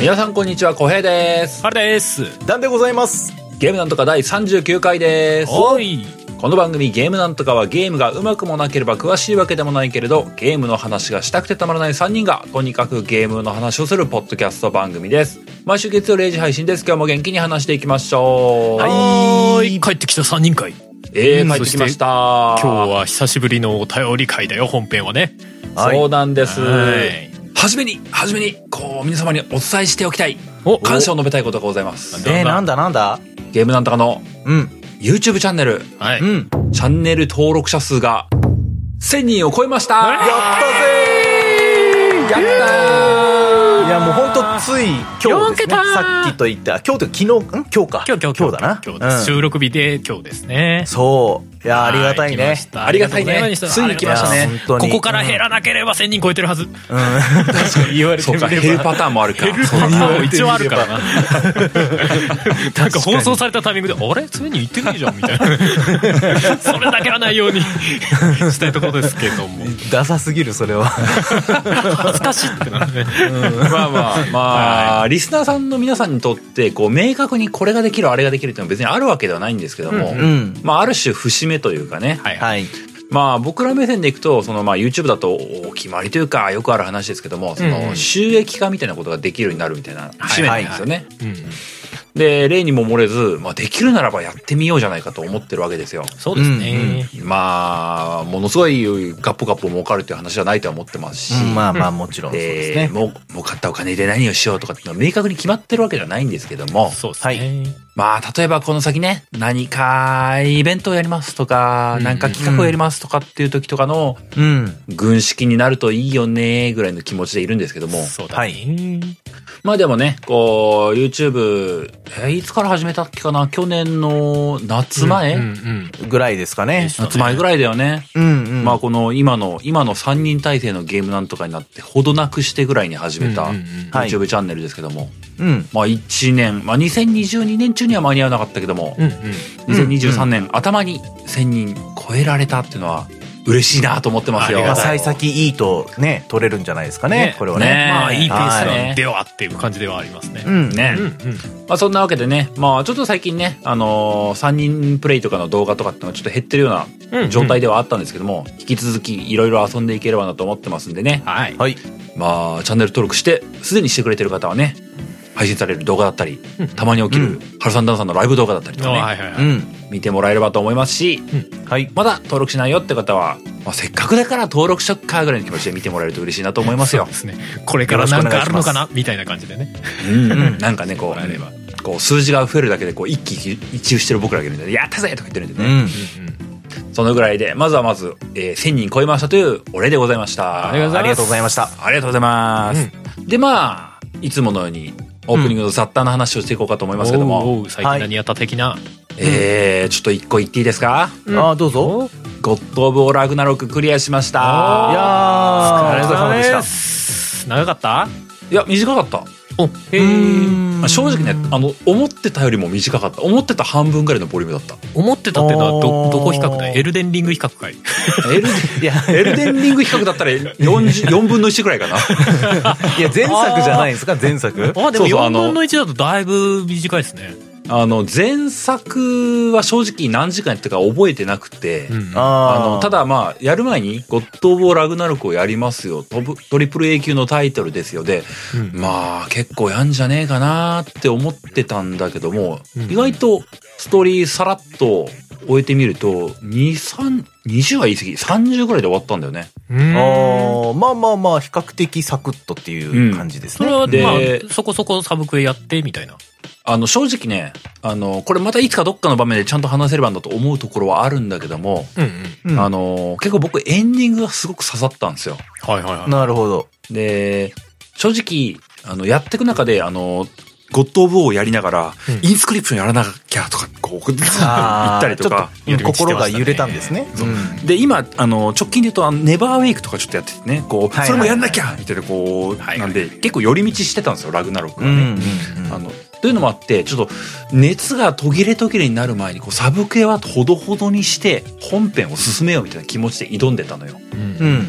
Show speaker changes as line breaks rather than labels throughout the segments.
皆さんこんにちは、小平です。
あれです。
なんでございます。
ゲームなんとか第39回です。
おい。
この番組ゲームなんとかはゲームがうまくもなければ詳しいわけでもないけれど、ゲームの話がしたくてたまらない3人が、とにかくゲームの話をするポッドキャスト番組です。毎週月曜0時配信です。今日も元気に話していきましょう。
はい
ーい。帰ってきた3人会。
え
うん
ー、帰ってきました。今
今日は久しぶりのお便り会だよ、本編はね。
はい
そうなんです。
はい
はじめに、はじめに、こう、皆様にお伝えしておきたい、
お
感謝を述べたいことがございます。
どうぞ
えー、なんだなんだ
ゲームなんとかの
うん。
YouTube チャンネル、
はい。
うん。
チャンネル登録者数が1000人を超えました
やったぜーやったーいや、もうほんとつい今日ですね。さっきと言った、今日というか昨日、ん今日か。
今日、今日、
今日だな。
今日です。
うん
収録日で今日ですね。
そう。いや、ありがた
は
いね
来ま。した
ありがたいね
ありがとうござました
ついに来ましたね
ありがとうございます
本当に
ここから減らなければ1000人超えてるはず。
うん。
言われて
そ
み
う
れば
か、減るパターンもあるか。
減るパターンも一応ある からな。なんか放送されたタイミングで、あれ常に言ってねえじゃんみた いな。それだけはないように したいところですけども。
ダサすぎる、それは。
恥ずかしいってなるね。
まあまあ、まあ、リスナーさんの皆さんにとって、こう、明確にこれができる、あれができるっていうのは別にあるわけではないんですけども、
うん。
まあ、ある種、節目というかね。
はい。
はい。
まあ、僕ら目線でいくと、その、まあ、YouTube だと、お決まりというか、よくある話ですけども、そ
うんう
の、
ん
収益化みたいなことができるようになるみたいな節目なんですよね。
うん
で、例にも漏れず、まあ、できるならばやってみようじゃないかと思ってるわけですよ。
そうですね。
まあ、ものすごいガッポガッポ儲かるっていう話じゃないとは思ってますし、
うんまあまあ、もちろんそうです
で
ね。
もう儲かったお金で何をしようとかっていうのは明確に決まってるわけじゃないんですけども、
そうですね。
まあ、例えばこの先ね、何かイベントをやりますとか
う、ん
何か企画をやりますとかっていう時とかの、
うん。
軍資金になるといいよね、ぐらいの気持ちでいるんですけども、
そうだね。
まあでもね、こう、YouTube、えーいつから始めたっけかな、去年の夏前、
うんうん
ぐらいですかね。
夏前ぐらいだよね。
うんうん。
まあこの今の、今の3人体制のゲームなんとかになって、ほどなくしてぐらいに始めた
うんうんうん
はい
YouTube チャンネルですけども、
うん。
まあ1年、まあ2022年中には間に合わなかったけども
う、んうん。
2023年頭に1000人超えられたっていうのは嬉しいなと思ってますよ。
ありがたい
幸先いいとね、取れるんじゃないですかね
ね、
これは
ね
ね。
まあ、いいペース
は
ないんではっていう感じではありますね。
うん。
ね
う。んうん
まあそんなわけでね、まあちょっと最近ね、あのー、3人プレイとかの動画とかってのがちょっと減ってるよう
うんう
なん状態ではあったんですけども、引き続きいろいろ遊んでいければなと思ってますんでね、
はい。
はい。
まあ、チャンネル登録して、すでにしてくれてる方はね、配信される動画だったり
うん、
たまに起き
う
る、ハルさんダンさんのライブ動画だったりと
あ
かね、
はいはいは
う
い。
ん。
見てもらえればと思いますし、
はい。
まだ登録しないよって方は、まあ、せっかくだから登録しとくかぐらいの気持ちで見てもらえると嬉しいなと思います
そう
よ
で。すね。これからなんかあるのかなみたいな感じでね。
うんうん なんかね、こ
もらえれば
う、こう数字が増えるだけで、こう、一喜一憂してる僕らがいるんで、やったぜとか言ってるんで
う
ね、
ん。
うんうん
そのぐらいで、まずはまず、えー1000人超えましたというお礼でございました。
ありがとうございます
ありがとうございました。
ありがとうございます。で、まあ、いつものように、オープニングの雑多な話をしていこうかと思いますけども、
おうおう最近何やった的な。
えー、ちょっと一個言っていいですか
うん
ああ、どうぞ。
ゴッド・オブ・オラグナロククリアしました。
あー
いやー
お疲れ様でした
した。長かった
いや、短かった。
お、へえ。
うーん
あ正直ね、あの、思ってたよりも短かった。思ってた半分ぐらいのボリュームだ った。
思ってたってのは
お
ど、
ー
どこ比較だいエルデンリング比較かい
エル
いや、
エルデンリング比較だったら40 4分の1ぐらいかな。
いや前作じゃないんですか前作
あ、で
そ
も
うそうあ
4
の
分の1だとだいぶ短いですね。
あの、前作は正直何時間やったか覚えてなくて、
うん
あ
あ
の、ただまあ、やる前に、ゴッド・オブ・ラグナルクをやりますよ。トブトリプル A 級のタイトルですよ。で、
うん
まあ、結構やんじゃねえかなって思ってたんだけども、
うん
意外とストーリーさらっと終えてみると、2、3、20は言い過ぎ、30ぐらいで終わったんだよね。
うーん
あーまあまあまあ比較的サクッとっていう感じです
そ
ね、
れは、
で
まあ、そこそこサブクエやって、みたいな。
あの、正直ね、あの、これまたいつかどっかの場面でちゃんと話せればんだと思うところはあるんだけども、
うんうん。
うん
あの、結構僕エンディングがすごく刺さったんですよ。
はいはいはい。
なるほど
で、正直、あの、やっていく中で、あの、ゴッド・オブ・をやりながら、
うん
インスクリプションやらなきゃとか、こう、ずーっと行
あー
ったりとか。
ちょっと心が揺れたんですね
そう
うん
で、今、あの、直近で言うと、あのネバーウェイクとかちょっとやっててね、こう、
はいはいはい
それもやんなきゃみたいな、こう、
はいはい
なんで、結構寄り道してたんですよ、ラグナロク
う
が
んう
ね。
んうん
あのというのもあってちょっと熱が途切れ途切れになる前にこうサブ系はほどほどにして本編を進めようみたいな気持ちで挑んでたのよ。
うん
うん
ん。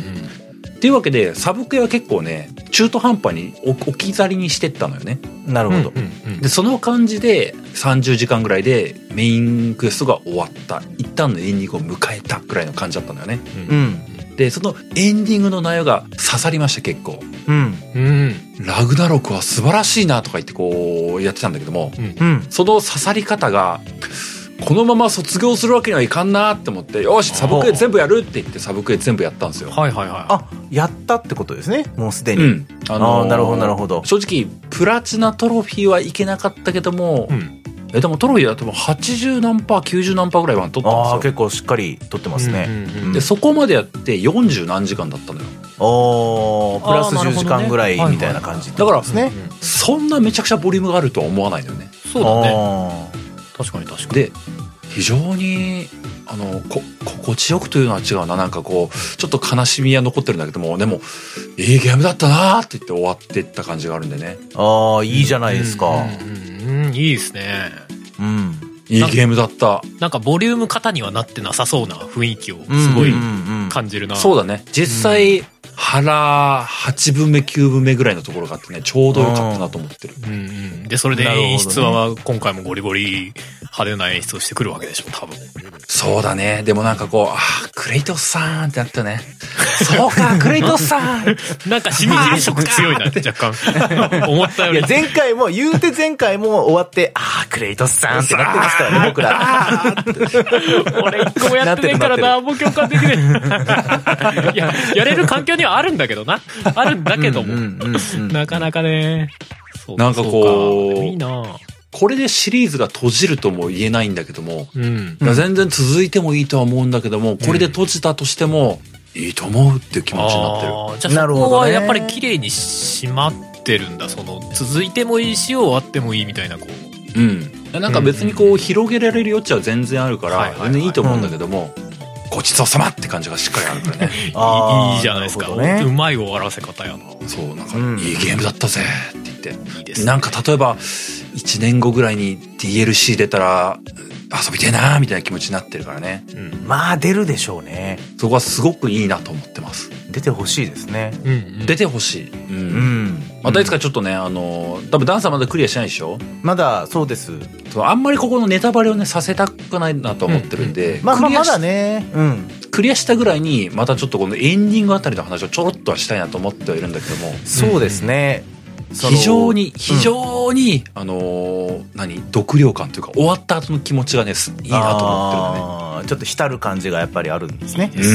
っていうわけでサブ系は結構ね中途半端に置置き去りにしてったのよね。
なるほど、
で、その感じで30時間ぐらいでメインクエストが終わった。一旦のエンディングを迎えたぐらいの感じだったのよね。
うん
で、そのエンディングの内容が刺さりました、結構。
うん
うん
ラグナロクは素晴らしいなとか言ってこうやってたんだけども、
うん
その刺さり方が、このまま卒業するわけにはいかんなって思って、よし、サブクエ全部やるって言ってサブクエ全部やったんですよ。
はいはいはいあ
あやったってことですねもうすでに、
うん。あ
あーなるほどなるほど
正直、プラチナトロフィーはいけなかったけども、
うん
え、でもトロフィーだともう80何パー、90何パーぐらいは取った
ああ
んですよ。
結構しっかり撮ってますね、
うんうん
で、そこまでやって40何時間だったのよ。
おープラス
あーなる
10
ほどね
時間ぐらいみたいな感じ
だから
ですね、
うん
そんなめちゃくちゃボリュームがあるとは思わないのよね。
そうだね
ね
確かに確かに
で非常にあのこ心地よくというのは違うななんかこうちょっと悲しみは残ってるんだけどもでもいいゲームだったなーって言って終わってった感じがあるんでね
ああいいじゃないですか
うんうんうんいいですね
うん
いいゲームだった
なんかボリューム型にはなってなさそうな雰囲気をすごい
うんうんうん
感じるな
そうだね実際、腹8分目9分目ぐらいのところがあってねちょうどよかったなと思ってる
うんうんでそれで演出は今回もゴリゴリ派手な演出をしてくるわけでしょ多分
そうだねでもなんかこうあークレイトスさんってなったねそうかクレイトスさん
なんかしみじみ色 強いな若干思ったよ
い
り
や、前回も、言うて前回も終わって、あー、クレイトスさんってなってますからね、僕ら。
俺一個もやってねえからな、もう共感できねえ。いや、やれる環境にはあるんだけどな。あるんだけども。なかなかね。そう
なんかこう
そかいいな
これでシリーズが閉じるとも言えないんだけども
うん
い。や全然続いてもいいとは思うんだけども、これで閉じたとしても、いいと思うっていう気持ちになってる。
あーじゃあ
な
そ
るほどね
こはやっぱり綺麗にしまってるんだ。その、続いてもいいし、終わってもいいみたいな、こう。
うん。なんか別にこう、広げられる余地は全然あるか
はい
ら
はい、はい
全然いいと思うんだけども、ごちそうさまって感じがしっかりあるから ね。
あー
いいいいじゃないですか。
なるほどね
うまい終わらせ方やな。
そう、なん
う
か、
ん
いいゲームだったぜって言っ
いいで
て。
す。
なんか例えば、1年後ぐらいに DLC 出たら、遊びてえなーみたいな気持ちになってるからね。
うん。
まあ、出るでしょうね。
そこはすごくいいなと思ってます。
出てほしいですね。
うんうん
出てほしい。う。
うんん。
またいつかちょっとね、あの、多分ダンサーまだクリアしてないでしょ
まだ、そうです。
そうあんまりここのネタバレをねさせたくないなと思ってるんで、
まあ、まあ、
クリア
ま
し
だね。うん。
クリアしたぐらいにまたちょっとこのエンディングあたりの話をちょろっとはしたいなと思ってはいるんだけども
そうですね。その
非常。に非常に、あのー何独量感というか終わった後の気持ちがねすいい
い
なと思っ
ってるね。ちょっと浸る感じがやっぱりある んですね。
てるね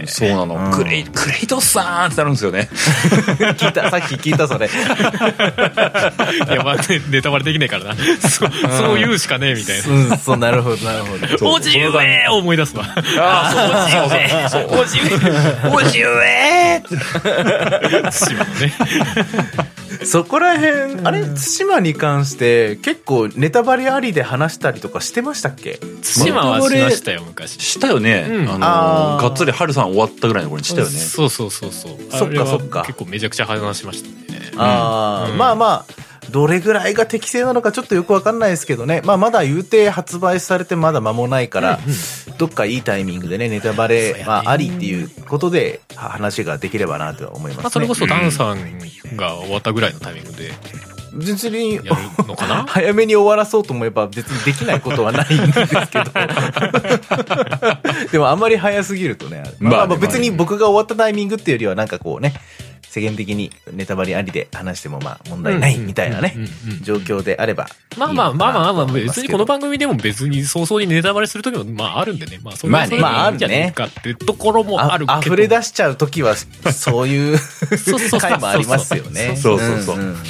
うんそうなの、
うん
クレイクレイトスさんってなるんですよね
聞いた、さっき聞いたそれ。
いや、まあ、ねネタバレできないからな。そそう言うしかねえみたいな。
うん、そう、なるほど、なるほど。
そう
おじうえを思い出すわ。
ああそうそうそう
おじうえ
そうおじゅえーって
しまうね。
そこら辺、あれ、対馬に関して、結構ネタバレありで話したりとかしてましたっけ
対馬はしましたよ、昔。
したよね、
うん
あのー
あー
がっつり春さん終わったぐらいのこれにしたよね
そうそうそうそう。
そ
あ
っか
れは
そっか
結構めちゃくちゃ話しましたね。
あー
うん
まあまあ、どれぐらいが適正なのかちょっとよくわかんないですけどね。まあまだ言うて発売されてまだ間もないから、どっかいいタイミングでね、ネタバ
そうや
レ
ね、
まあありっていうことでは話ができればなとは思いますね。
まあ、それこそダンさんが終わったぐらいのタイミングで
別に
やるのかな
早めに終わらそうと思えば別にできないことはないんです けどでもあんまり早すぎるとね、まあ
まあね
まあ別に僕が終わったタイミングっていうよりはなんかこうね世間的にネタバレありで話してもまあ問題ないみたいなね
うんうんうんうん
状況であれば
まあまあまあまあまあ、
いいのかなと思いま
別
す
に
け
こ
ど
の番組でも別に早々にネタバレする時もまああるんでね。まあそれ
まあ
は
ね
それでいいんじゃないかっていうところもあるけど。
あ溢れ出しちゃう時はそういう
そうそうそう
回もありますよね
そうそうそうそうん
ん
ま
ん
あ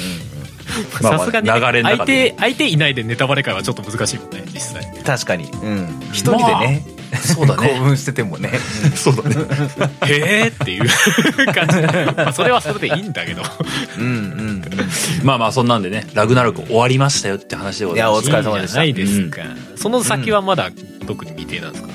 まあ
さすがにね、
流れの中
相
で
手、相手いないでネタバレ会はちょっと難しいもんね、実際。
確かに、うん、一人でね、
そうだ
興
ね
奮しててもね
そうだね
へえっていう感じ。まあ、それはそれでいいんだけど。
うんうん
まあまあそんなんでね、ラグナロク終わりましたよって話でございます。
いやお疲れ様でした
いいんじゃないですか。その先はまだ特に未定なんですか、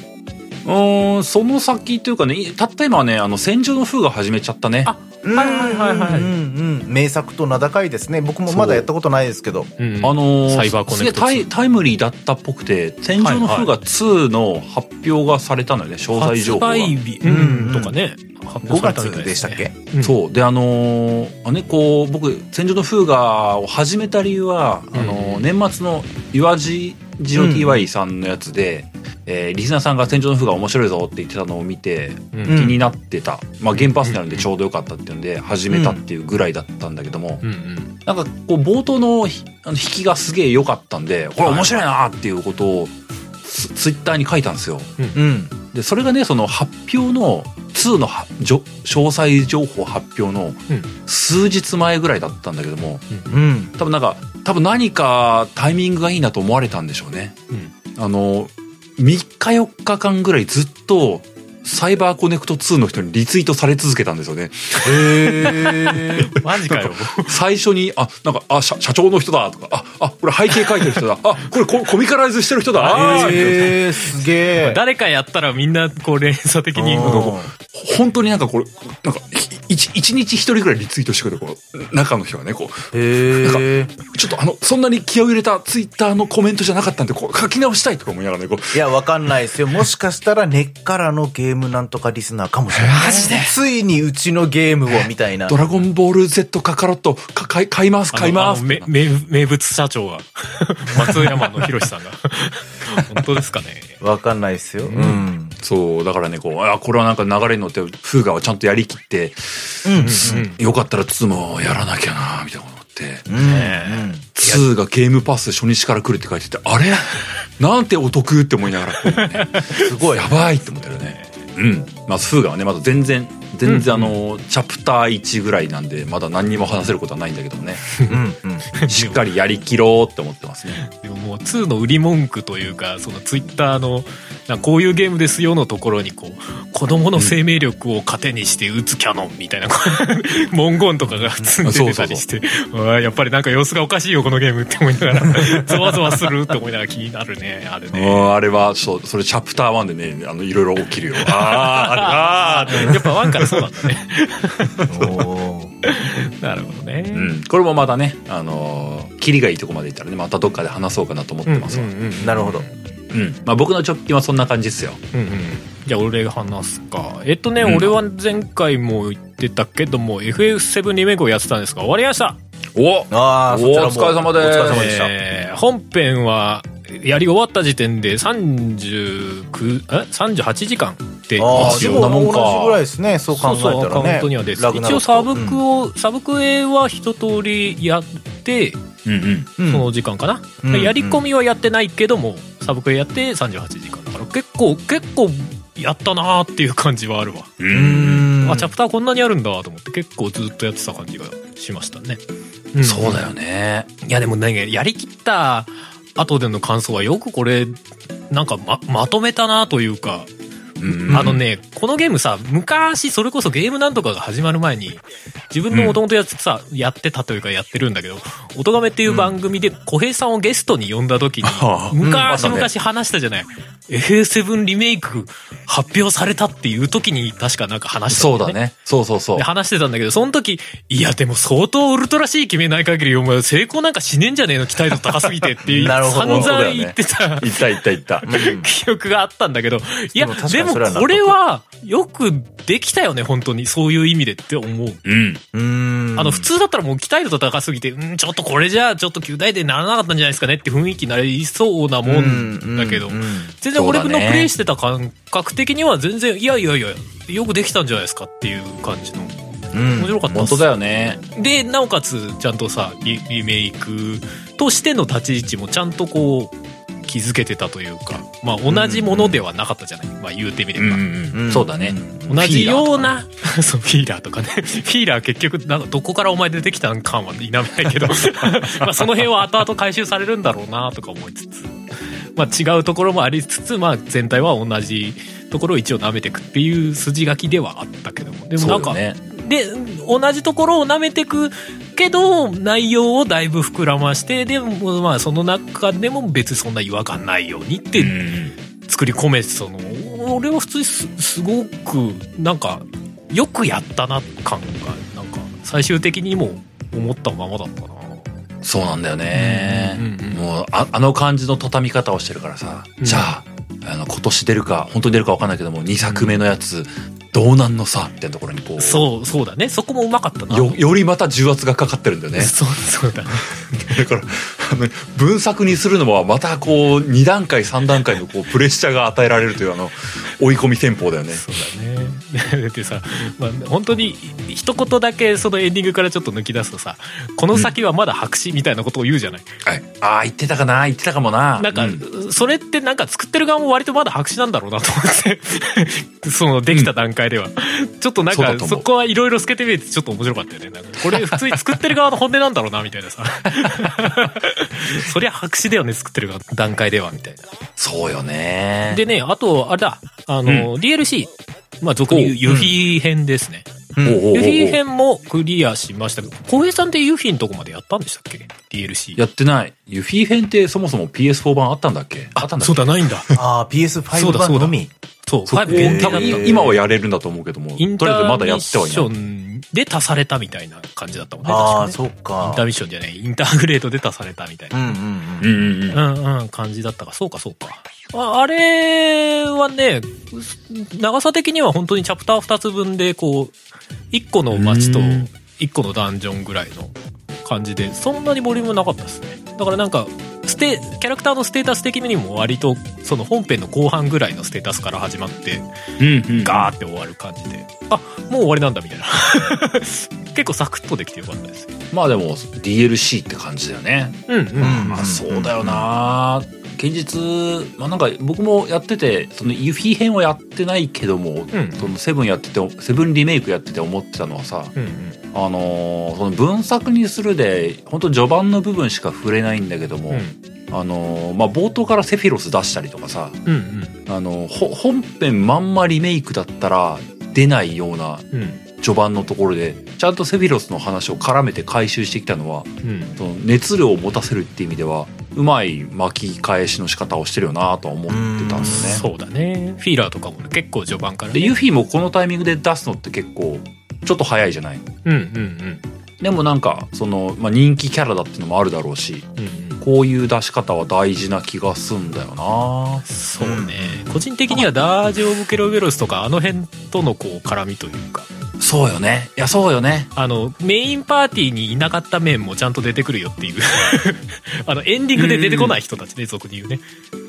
うーん、その先というかね、いたった今はね、あの、戦場の風が始めちゃったね。
あはいはいはいはい
うんうんうん名作と名高いですね僕もまだやったことないですけど
うん
あのー
サイバーコネクト
すげえタイタイムリーだったっぽくて、戦場の風が2の発表がされたのよね、詳細情報が。
発売日、
うん
とかね。発表
5
されたみい
月でしたっけ
うん
そうであのーねこう僕「戦場のフーガー」を始めた理由は、あのー年末の岩地ジロ TY さんのやつで、えーリスナーさんが「戦場のフーガー面白いぞ」って言ってたのを見て、
う
気
ん
になってた、まあ、原発になるんでちょうどよかったっていうんで始めたっていうぐらいだったんだけども、
うんうん
なんかこう冒頭のひあの引きがすげえ良かったんでこれ面白いなーっていうことをツツイッターに書いたんですよ。
うん。
でそれがねその発表の2のはじょ詳細情報発表の
うん
数日前ぐらいだったんだけども
うん。
多分なんか多分何かタイミングがいいなと思われたんでしょうね。
うん
あの3日4日間ぐらいずっとサイバーコネクト2の人にリツイートされ続けたんですよね。
へえ。
マジか よ
最初に、あ、なんか、あ、社社長の人だとか、あ、あ、これ背景書いてる人だ、あ、これココミカライズしてる人だ、あー
えー、すげえ。
誰かやったらみんなこう連鎖的に
うん
本当になんかこれ、なんか、い一一日一人ぐらいリツイートしてくる、こう、中の人がね、こう、
へえ。
ちょっとあの、そんなに気を入れたツイッターのコメントじゃなかったんで、こう、書き直したいとか思いながらね、こう、
いや、わかんないですよ。もしかしたら根っからのゲームなんとかリスナーかもしれない。
マジで
ついにうちのゲームをみたいな
ド。ラゴンボール Z カカロット、か買い買います、買います。
め名名物社長が 松山の博さんが 本当ですかね
わかんないですよ。うん。
そう、だからね、こう、あ、これはなんか流れに乗って、フーガはちゃんとやりきって、
うん。
よかったら2もやらなきゃな、みたいなこと思って。
うん
ね
2がゲームパス初日から来るって書いてて、あれなんてお得って思いながら、こう ね、
すごい。
やばいって思ったよね。うん。まあ、フーガはね、まだ全然、全然あの、チャプター1ぐらいなんで、まだ何にも話せることはないんだけどもね、
うん。うん。
しっかりやりきろうって思って ますね。
でももう2の売り文句というかそのツイッターのなんかこういうゲームですよのところにこう子供の生命力を糧にして撃つキャノンみたいな、こ う文言とかが積んで出たりしてうわやっぱりなんか様子がおかしいよこのゲームって思いながら ゾワゾワするって思いながら気になるねあれ
う
ね
んあれは、そう、それチャプター1でね、あの、いろいろ起きるよ。あーあれ、あー
やっぱワンからそうなんだね
おー
なるほどね、
うん。これもまたね、あのー、キリがいいとこまでいったらね、またどっかで話そうかなと思ってますわ。
なるほ ど。
うん。まあ僕の直近はそんな感じっすよ。
うんうん、じゃあ俺が話すかえっとね、
うん
俺は前回も言ってたけども FF7 リメイクをやってたんですが終わりました、
お
ああ、そちらも
お疲れ様です
お疲れ様でした。
えー本編はやり終わった時点で39え38時間って
ああ、
一
で
応
も
なもんか
同じぐらいですね。そう考えたら
そ
ね。
うそうアカウントにはです
ラグナ
一
ロ
応
クと
サブクを、サブクエは一通りやって
うんうん。
うん
その時間かな、
うん
やり込みはやってないけどもサブクエやって38時間だから結構結構やったなーっていう感じはあるわ
う。
うんん
あチャプターこんなにあるんだと思って結構ずっとやってた感じがしましたね、
そうだ
よ
よね。
いやでもねやりきった後での感想はよくこれなんかままとめたなというか、
うん
あのねこのゲームさ昔それこそゲームなんとかが始まる前に自分のもともとやってさ、やってたというかやってるんだけど「音がめ」っていう番組で小平さんをゲストに呼んだ時に、
ああ
昔
うん
々話したじゃない、FF7 リメイク発表されたっていう時に確かなんか話したん
そうだね。そうそうそう
で。話してたんだけど、その時、いやでも相当ウルトラ C 決めない限り、お前成功なんかしねえんじゃねえの期待度高すぎてっていう、
なるほ
散
ど
々言ってた
いったいったいった。
記憶があったんだけど、いや、
でも確か
で
に
も
それは納得
これはよくできたよね、本当に。そういう意味でって思う。
うん。
うん。
あの、普通だったらもう期待度高すぎて、うん、ちょっとこれじゃあちょっと9代でならなかったんじゃないですかねって雰囲気になりそうなもんだけど
うんう、ん
全然俺の
そうだ
プ
ね
レイしてた感覚的には全然、いやいやいや、よくできたんじゃないですかっていう感じの。
うん
面白かったっ
本
す
当だよね。
でなおかつちゃんとさリリメイクとしての立ち位置もちゃんとこう気づけてたというか、まあ、同じものではなかったじゃない、まあ、言うてみれば、
ん
うん
そうだね。
同じような そうフィーラーとかねフィーラー結局なんかどこからお前出てきたんかは否めないけど まあその辺は後々回収されるんだろうなとか思いつつ、まあ、違うところもありつつ、まあ、全体は同じところを一応舐めていくっていう筋書きではあったけどもでもな
そ
ん
うだ
か、
ね。
で同じところを舐めてくけど内容をだいぶ膨らましてでもまあその中でも別にそんな違和感ないようにっ
う
て
ん
作り込めてたの、俺は普通にすすごくなんかよくやったな感がなんか最終的にも思ったままだったな
そうなんだよね
うんうんうん。
もう、ああの感じの畳み方をしてるからさ。
うん
じゃあ、あの、今年出るか、本当に出るかわかんないけども、2作目のやつ、道南のさみたいなところにこう
そうそうだねそこもうまかったな
よよりまた重圧がかかってるんだよね
そうそうだね
だからあの分作にするのはまたこう2段階3段階のこうプレッシャーが与えられるというあの追い込み戦法だよね
そうだね だってさ、まあ、本当に一言だけそのエンディングからちょっと抜き出すとさこの先はまだ白紙みたいなことを言うじゃない、
はい、ああ言ってたかな言ってたかもな
なんか、
う
それってなんか作ってる側も割とまだ白紙なんだろうなと思って そのできた段階では、ちょっとなん
そうだ
か
と
そ
思う
こはいろいろ透けて見えてちょっと面白かったよねなんかこれ普通に作ってる側の本音なんだろうなみたいなさ そりゃ白紙だよね作ってる側の段階ではみたいな
そうよね
でねあとあれだあの、DLC まあ俗に言うユフィ編ですね、
おうおうおう
ユフィ編もクリアしましたけど浩平さんってユフィのとこまでやったんでしたっけ DLC
やってないユフィ編ってそもそも PS4 版あったんだっけあったんだっけ
そうだないんだ
ああ、
そう
PS5
だそうだ
版のみ。
そう
そこ
5限定
多
だったんだ
分今はやれるんだと思うけどもと
イ
り
ンタ
あえずま
ー
だ
ミ
や
ッ
って
シ
はい
ョ
ない
ンで足されたみたいな感じだったもんね。
ああ、
確か
そ
ね
う
イ
か
ンタ。ーミッションじゃない、インターグレードで足されたみたい
うん
な。
うんう
う。ん
ん
うんうん
うんうん、感じだったか。そうか、そうか。ああれはね、長さ的には本当にチャプター2つ分で、こう、1個の街と
うん
1個のダンジョンぐらいの感じで、そんなにボリュームなかったですね。だからなんか、ステ、キャラクターのステータス的にも割と、その本編の後半ぐらいのステータスから始まって、
うんうん
ガーって終わる感じで、あもう終わりなんだみたいな 結構サクッとできてよかったです
まあでも DLC って感じだよね
うんうん、
うん
まあそうだよな現実まあなんか僕もやっててそのユフィ編はやってないけども、
ん
そのセブンやっててセブンリメイクやってて思ってたのはさ
うんうん
あのーその分作にするで本当序盤の部分しか触れないんだけども、あのーまあ冒頭からセフィロス出したりとかさ
うんうん
あのほ本編まんまリメイクだったら出ないような
うん
序盤のところでちゃんとセフィロスの話を絡めて回収してきたのは
うん
その熱量を持たせるって意味ではうまい巻き返しの仕方をしてるよなとは思ってたんですよね。
そうだねフィーラーとかもね結構序盤から
で
ね
ユフィもこのタイミングで出すのって結構ちょっと早いじゃない
うんうん
でもなんかその、まあ、人気キャラだってのもあるだろうし
うんうんうん
こういう出し方は大事な気がすんだよな
そうね、個人的にはダージオブ・ケロベロスとかあの辺とのこう絡みというか
そうよねいやそうよね
あのメインパーティーにいなかった面もちゃんと出てくるよっていう あのエンディングで出てこない人たちね俗に言うね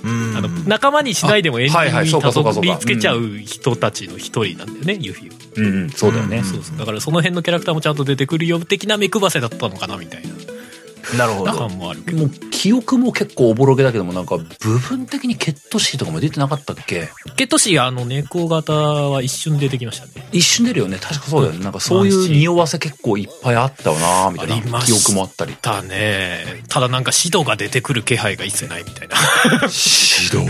うん
あの仲間にしないでもエンディ
はいは
ング
いそ
に
うか
多
そうか
足
そうか
見つけちゃう人たちの一人なんだよね、ユフィは、
うん、うん、そうだよね、
うん
そうそうだからその辺のキャラクターもちゃんと出てくるよ的な目配せだったのかなみたい
なるほ
な
ど。
感もあるけど
もう記憶も結構おぼろげだけどもなんか部分的に血ットシーとかも出てなかったっけ
ゲットシーあの猫型は一瞬出てきましたね
一瞬出るよね確かそうだよねなんかそういう匂わせ結構いっぱいあったよなみたい
あり
な
まし
記
た
憶もあ ったり
だねただなんかシドが出てくる気配が一切ないみたいな
指
あ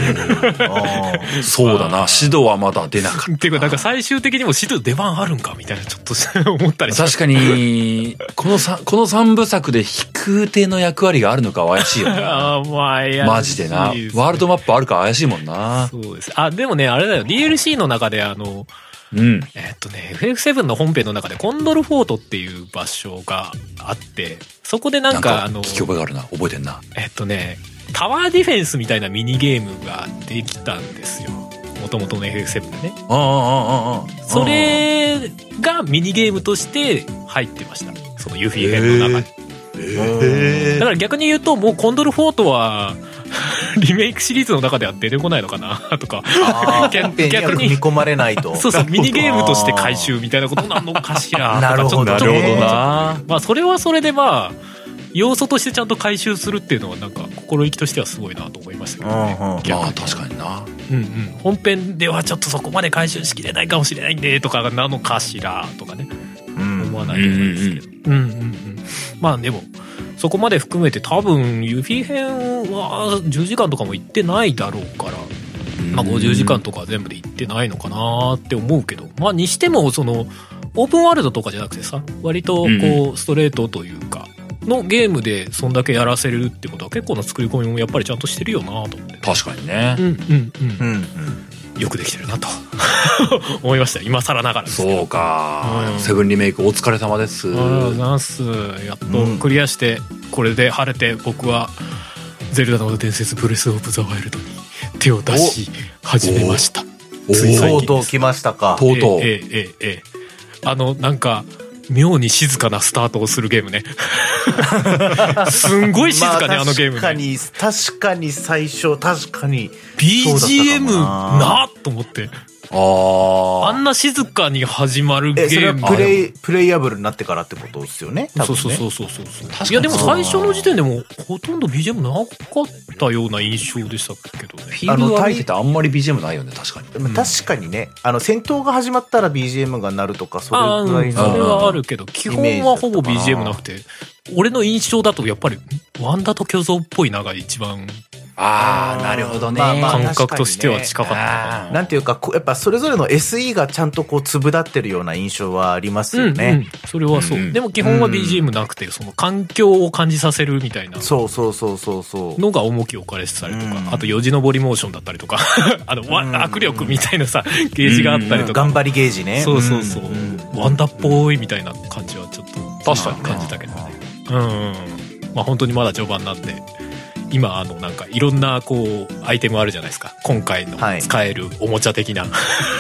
ー
導そうだな指導はまだ出なかっ
っていうかなんか最終的にもシド出番あるんかみたいなちょっと思ったり
た
した
確かにこのさこの3部作で飛空艇の役割があるのか怪しいよな
あーまあいや
マジでなワ
いいすね
ールドマップあるか怪しいもんな
そうですあでもねあれだよ DLC の中であの
うん
えっとね、FF7 の本編の中でコンドルフォートっていう場所があって、そこでな
なんん
か、
か
あの、
聞き覚えがあるな覚えてんな
えっとね、タワーディフェンスみたいなミニゲームができたんですよ。もともとの FF7 でね。
ああああああ
それがミニゲームとして入ってました。そのユフィ編の中に。
へ
だから逆に言うと、もうコンドルフォートは、 リメイクシリーズの中では出てこないのかなとか。
あー
逆
本編には
逆に
組み込まれない と。
そうそう、ミニゲームとして回収みたいなことなのかしら。
なるほど
とかちょっと
なるほどな
まあそれはそれでまあ要素としてちゃんと回収するっていうのはなんか心意気としてはすごいなと思いましたけどね、
うんうん
逆
まあ
に
確かにな
うんうん、本編ではちょっとそこまで回収しきれないかもしれないんでとかなのかしらとかね
うん
思わないでもないですけどうんうんうんまあでもそこまで含めて多分ユフィ編は10時間とかも行ってないだろうからまあ、50時間とか全部で行ってないのかなって思うけど、まあ、にしてもそのオープンワールドとかじゃなくてさ割とこうストレートというかのゲームでそんだけやらせるってことは結構な作り込みもやっぱりちゃんとしてるよなと思って。
確かにね
うんうん
う
うん
うん。
ん、よくできてるなと 思いました今更ながらですけど
そうか、
うん
セブンリメイクお疲れ様です。
ありがとうございますやっ
うん
とクリアして、これで晴れて僕は「ゼルダの伝説ブレス・オブ・ザ・ワイルド」に手を出し始めました
おー
つい最
と
近
うとう来ましたか。
とうとう。
ええええええあのなんか妙に静かなスタートをするゲー ムねすんごい静かね、
ま
あ、のゲーム
確か
ね
に、確かに最初、確かに。
BGM
そうだったかもな
なあと思ってあ
ああ。
んな静かに始まるゲ
え、それ
ーム
はプレイ、プレイアブルになってからってことですよね。多分
そう
ね
そうそうそうそうそう、
かに
いやでも最初の時点でもほとんど BGM なかったような印象でしたけどね
フィールド歩いててあんまり BGM ないよね、確かに。
まあ確かにね、あの、戦闘が始まったら BGM が鳴るとか、そ
ああ
れぐ
う
ら
ん
い
そ
の。
れはあるけど基本はほぼ BGM なくて俺の印象だとやっぱりワンダと巨像っぽいのが一番
ああ、なるほどね。
まあまあ
感覚としては近かったか
なんていうか、こうやっぱそれぞれの SE がちゃんとこう粒立ってるような印象はあります
な、
よ
うんう
ね。
んそれはそう、
うん
でも基本は
うん
BGM なくてその環境を感じさせるみたいな
そうそうそうそうそう。
のが重きを置かれてたりとか、
うん
あと四字登りモーションだったりとか あの、わ
うん
握力みたいなさゲージがあったりとか、
頑張りゲージね。
そうそうそう、
ん
ワンダっぽいみたいな感じはちょっと
確かにね
感じたけどねうんうんうんまあ本当にまだ序盤なんで今あのなんかいろんなこうアイテムあるじゃないですか今回の
はい
使えるおもちゃ的な、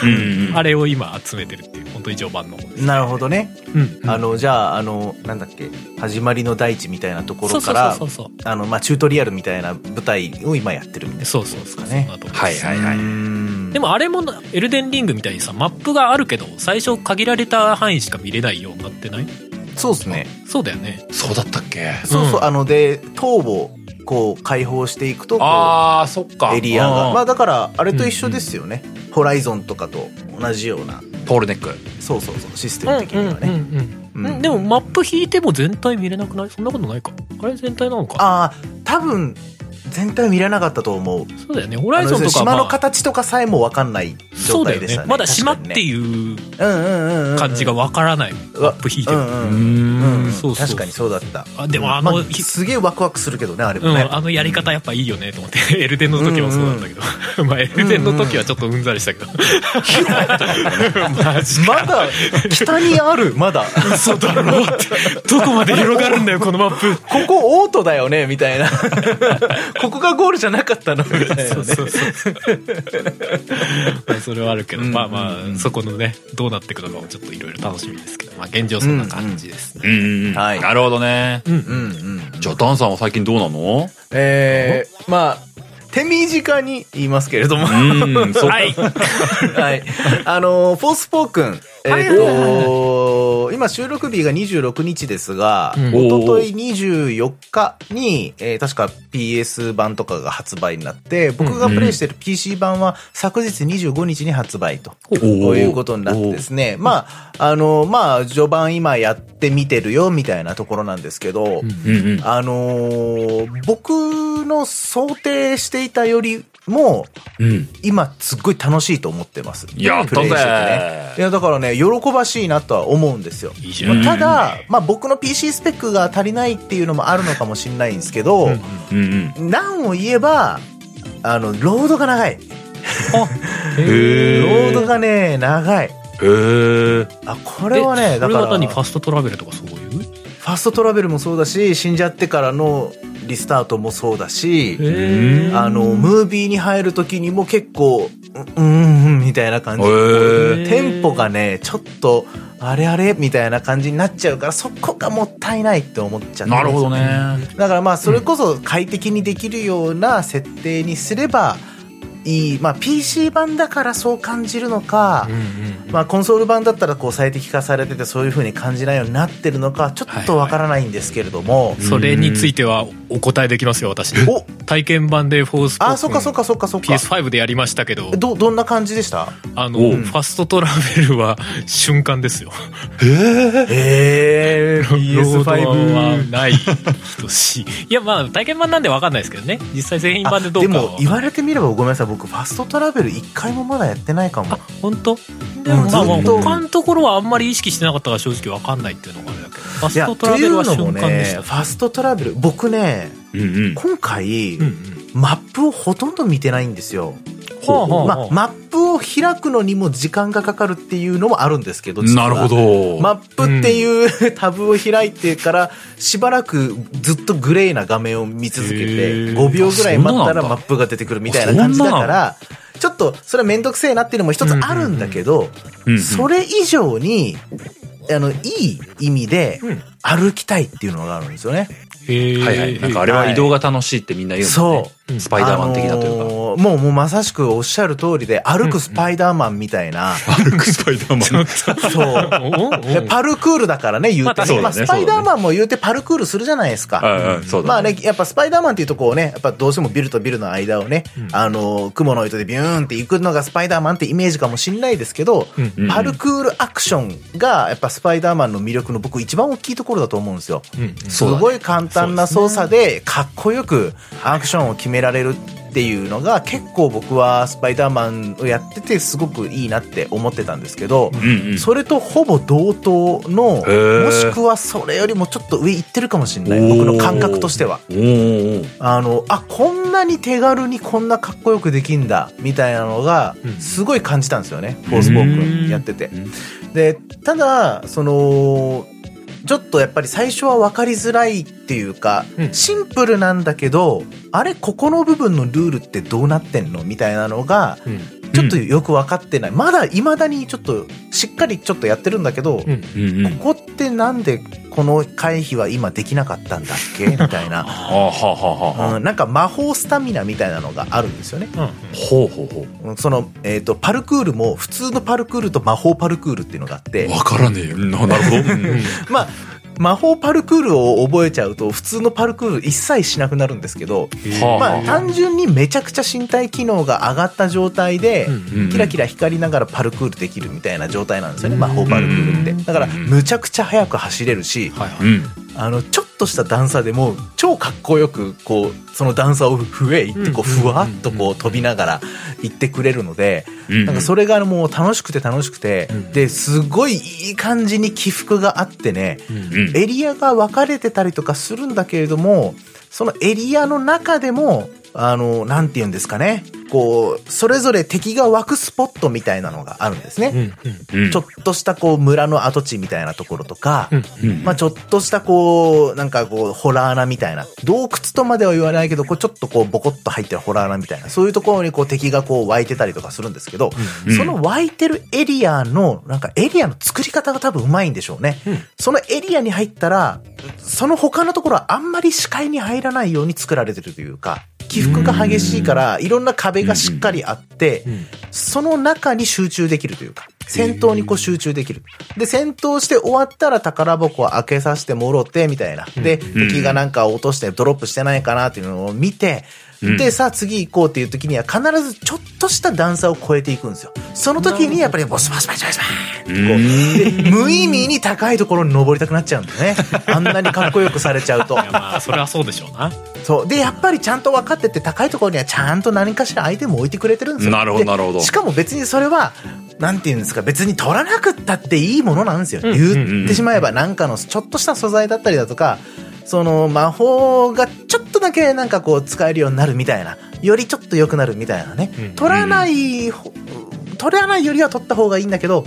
うんうん
あれを今集めてるっていう本当に序盤の方です、
なるほどね。
うんうん
あの、じゃあ、あの、なんだっけ、始まりの大地みたいなところから
そ、うそうそう
あの、まあ、チュートリアルみたいな舞台を今やってるみたい
そうそうそうそうそう
ね
そんなとこです
はいはいは
う
い。
ん
でもあれもなエルデンリングみたいにさマップがあるけど最初限られた範囲しか見れないようになってない
そうですね。
そうだよね
そうだったっけ
そうそう、
うん
あの、で、塔を、こう、解放していくと、こう
ああ、そっか。
エリアが。ま
ま
あ、だから、あれと一緒ですよね。ホライゾンとかと同じような、
ポールネック。
そうそうそう、システム的にはね。
うん
うん
でもマップ引いても全体見れなくないそんなことないかあれ全体なのか
ああ、多分、全体見れなかったと思う。
そうだよねホライゾンとかは
あの島の
まあ
形とかさえも分かんない
そ
状
うだ
態
よ
でした
ね
ね。
まだ島って
う
いう
感
感じがわからないマ
わ
ップ引いて
う
も
ん
う
うんうん
ー
うんん。
そうそう
確かにそうだった。
あでもあの
ますげえワクワクするけどね、あれ
う
も
ん、
ね。
あのやり方やっぱいいよねと思って エルデンの時もそうだったけど、 まあエルデンの時はちょっとうんざりしたけど、 マジ
まだ、北にある、まだ。
嘘だろうってどこまで広がるんだよこのマップ
ここオートだよね、みた いな。ここがゴールじゃなかったの、みたいなね。
そうそうそう。 まあそれはあるけど、
うん
まあまあ、そこのね、どうなっていくのかもちょっといろいろ楽しみですけど、まあ現状そんな感じですね。
うんうんうん。
はい
なるほどね。
うんうん。
じゃあ、ダンさんは最近どうなの
えー、まあ、手短に言いますけれども。
うん、そう。
はい。
はい。あのー、フォースポークン。え
はい
ー
はいはい
と、今収録日が26日ですが、
うん
おととい24日に、えー確か PS 版とかが発売になって、僕がプレイしてる PC 版は昨日25日に発売と。
おー
こういうことになってですね。まあ、あの、まあ、序盤今やってみてるよ、みたいなところなんですけど、
うんうん。
あのー僕の想定していたよりも、
うん。
今すっごい楽しいと思ってます。
やった
プレイしててね。い
ぜ
や、だからね、喜ばしいなとは思うんですよ。
いいじ
ゃん
まあただ、まあ僕の PC スペックが足りないっていうのもあるのかもしれないんですけど、
うんうん。
なんを言えば、あの、ロードが長い。ロ
へー
ードがね、長い。
へえ。
あ、これはね、
こ
だ
れ
か
は
ら、
何
フ
ファストトラベルとかそういう
ァストトラベルもそうだし、死んじゃってからのリスタートもそうだし、
へー
あの、ムービーに入る時にも結構、ううん、うん、みたいな感じ。
へ
え
テンポがね、ちょっと、あれあれみたいな感じになっちゃうから、そこがもったいないって思っちゃ
え。
う。
なるほどね。
だからまあ、それこそ快適にできるような設定にすればいい。まあ、PC 版だからそう感じるのか、まあ、コンソール版だったらこう最適化されててそういう風に感じないようになってるのか、ちょっとわからないんですけれども、
それについてはお答えできますよ、私。
お
体験版でフォースポークン
あ、そっかそっかそっかそっか。
PS5 でやりましたけど、
ど、どんな感じでした
あの、
おう
ファストトラベルは瞬間ですよ。
えー、
ロードは
PS5。
ない人し。いや、まあ、体験版なんでわかんないですけどね。実際製品版でどう
で
かは
も言われてみればごめんなさい僕ファストトラベル一回もまだやってないかも
本当でもまあまあ
ずっと
他のところはあんまり意識してなかったから正直わかんないっていうのがあれだけどファ
い
ス
や
トト
と
ラ
い
ベル
う
は
の
瞬
も
間でし
ね
た
ファストトラベル僕ね
うんうん。
今回、
うんうん
マップをほとんど見てないんですよ、
ほうほう
ま
ほう
マップを開くのにも時間がかかるっていうのもあるんですけど実
な
は
るほど。
マップっていうタブを開いてからしばらくずっとグレーな画面を見続け
へ
て
ー
5秒ぐらい待った
あそうな
ら
んだ
マップが出てくるみたいな感じだからちょっとそれは面倒くせえなっていうのも一つあるんだけど、
うんうん
それ以上にあのいい意味で
うん
歩きたいっていうのがあるんですよね。
へえ
はいはい。なんかあれは移動が楽しいってみんな言うんだね。
そう
うん
スパイダーマン的なというか。
あのーもうもうまさしくおっしゃる通りで歩くスパイダーマンみたいな、
歩くスパイダーマン。
そう
お お
でパルクールだからね言うて
まあ
ね,、まあ、
確かに
スパイダーマンも言うてパルクールするじゃないですか、
うんうん、そうだ、ね。
まあね、やっぱスパイダーマンっていうとこをね、やっぱどうしてもビルとビルの間をね、
うん
あのー、雲の糸でビューンって行くのがスパイダーマンってイメージかもしんないですけど、
うん
うん
パルクールアクションがやっぱスパイダーマンの魅力の僕一番大きいところだと思うんですよ。
うんうん
す
そうだね
ごい簡単な操作でかっこよくアクションを決められるっていうのが結構僕はスパイダーマンをやっててすごくいいなって思ってたんですけど、
うんうん。
それとほぼ同等の、
ー
もしくはそれよりもちょっと上行ってるかもしれない。
おー
僕の感覚としては。
おーおー
あの、あ、こんなに手軽にこんなかっこよくできんだ、みたいなのが
うん、
すごい感じたんですよね。フォースボークンやってて
う。
で、ただ、その、ちょっとやっぱり最初は分かりづらいっていうか、
うん
シンプルなんだけど、あれ、ここの部分のルールってどうなってんのみたいなのが、
うん
ちょっとよく分かってない。まだ未だにちょっと、しっかりちょっとやってるんだけど、
うん
うんうんうん。
ここってなんでこの回避は今できなかったんだっ けみたいな。
あーはあはあはあ。
うん、なんか魔法スタミナみたいなのがあるんですよね。
うん
ほうほうほう。
うんその、えっ、と、パルクールも普通のパルクールと魔法パルクールっていうのがあって、
わからねえよ。ななるほど。うん
うん
まあ、魔法パルクールを覚えちゃうと普通のパルクール一切しなくなるんですけど、
は
まあ
あ
単純にめちゃくちゃ身体機能が上がった状態で、
うん
キラキラ光りながらパルクールできるみたいな状態なんですよね、魔法パルクールって
うん。
だから、
うん
むちゃくちゃ速く走れるし、
はいは
う
い
ん。
あの、ちょっとした段差でも、超かっこよく、こう、その段差を笛行って、こう、
うんうんうん
ふわっとこう飛びながら行ってくれるので、
うん。
なんかそれがもう楽しくて楽しくて
うん、
で、すごいいい感じに起伏があってね、
うん
うん。
エリアが分かれてたりとかするんだけれども、そのエリアの中でも、あの、なんて言うんですかね、こう、それぞれ敵が湧くスポットみたいなのがあるんです
うん
ね。
うん
うん
ちょっとしたこう村の跡地みたいなところとか、
うん
うん
まあ、ちょっとしたこう、なんかこう、ホラー穴みたいな。洞窟とまでは言わないけど、こうちょっとこう、ボコッと入ってるホラー穴みたいな。そういうところにこう、敵がこう、湧いてたりとかするんですけど、
うん
その湧いてるエリアの、なんかエリアの作り方が多分うまいんでしょうね。
うん
そのエリアに入ったら、その他のところはあんまり視界に入らないように作られてるというか、起伏が激しいから、いろんな壁がしっかりあって、
うん
その中に集中できるというか、戦闘にこう集中できる。で、戦闘して終わったら宝箱を開けさせてもろて、みたいな。で、
ん
敵がなんか落としてドロップしてないかなっていうのを見て、
うん
で、さあ次行こうっていう時には必ずちょっとした段差を超えていくんですよ。その時にやっぱりボスバスバスバスバーンってこうで無意味に高いところに登りたくなっちゃうんだよね。あんなにかっこよくされちゃうと
い。やまあそれはそうでしょうな
そう。で、やっぱりちゃんと分かってて、高いところにはちゃんと何かしらアイテムを置いてくれてるんですよ。
なるほど
で
なるほど
しかも別にそれは、なんていうんですか、別に取らなくったっていいものなんですよ。
うんうん
う
言
ん
ってしまえば、なんかのちょっとした素材だったりだとか、その魔法がちょっとだけなんかこう使えるようになるみたいな、よりちょっと良くなるみたいなね
うんうん。
取らないほ、取らないよりは取った方がいいんだけど、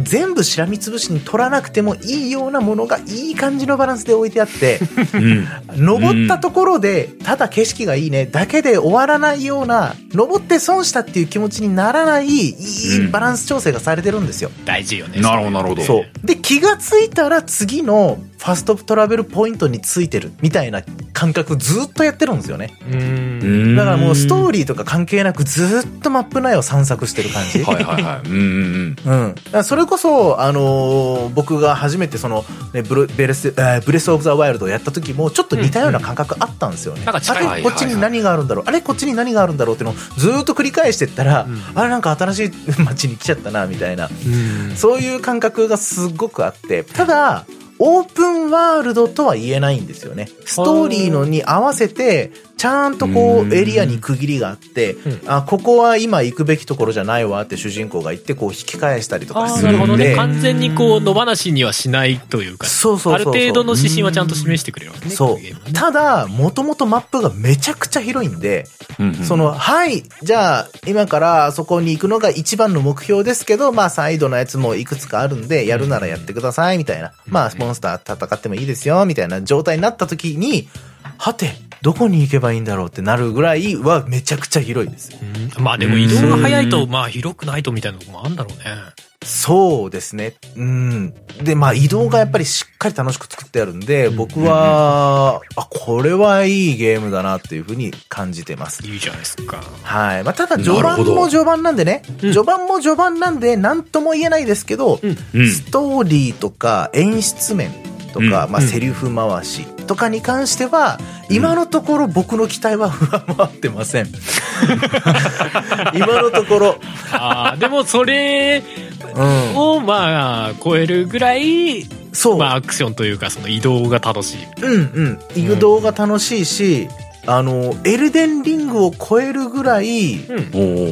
全部しらみつぶしに取らなくてもいいようなものがいい感じのバランスで置いてあって、
うん
登ったところで、ただ景色がいいねだけで終わらないような登って損したっていう気持ちにならないいい
うん
バランス調整がされてるんですよ、
大事よね
なるほどなるほど。
そうで気がついたら次のファストトラベルポイントについてるみたいな感覚ずっとやってるんですよね
う
うんん。
だからもうストー
リ
リーとか関係なくずっとマップ内を散策してる感 じ
はいはいはい。うんうんうん。
うん、だからそれこそ、あのー僕が初めてその、ね、ブルベレス、えーブレス・オブ・ザ・ワイルドをやった時もちょっと似たような感覚あったんですよね、
うんなんか近い
あ
はいはい
れこ
はい
っちに何があるんだろうあれこっちに何があるんだろうっていうのをずーっと繰り返してったら、
うん
あれなんか新しい街に来ちゃったなみたいな
うん
そういう感覚がすごくあってただオープンワールドとは言えないんですよねストーリーのに合わせてちゃんとこ
うん
うエリアに区切りがあって、
うん
あここは今行くべきところじゃないわって主人公が言ってこう引き返したりとか
あ
す
ーな
る
るほど
ん
ね
で
完全にこう野放しにはしないというか
そうそうそうそう
ある程度の指針はちゃんと示してくれるわけね
そ
こゲームは
う
ね
ただもともとマップがめちゃくちゃ広いんで、
うんうん
そのはいじゃあ今からあそこに行くのが一番の目標ですけどまあサイドのやつもいくつかあるんでやるならやってくださいみたいなまあモンスター戦ってもいいですよみたいな状態になった時にはてどこに行けばいいんだろうってなるぐらいはめちゃくちゃ広いです
うんまあでも移動が早いと、まあ広くないとみたいなとこもあるんだろうね。
そうですね。うん。で、まあ移動がやっぱりしっかり楽しく作ってあるんで、僕は、あ、これはいいゲームだなっていうふうに感じてます。
いいじゃないですか。
はい。まあただ序
なる
盤
ほど
も序盤なんでね、
うん
序盤も序盤なんで何とも言えないですけど、
うん
うん
ストーリーとか演出面とか、
う
まあ
うん
セリフ回しとかに関しては、今のところ僕の期待は上回って ません。今のところ。
ああ、でもそれ
うん。
をまあ超えるぐらい、
そう。
まあアクションというかその移動が楽しい。
うんうん。移動が楽しいし、あの、エルデンリングを超えるぐらい、
うん。
お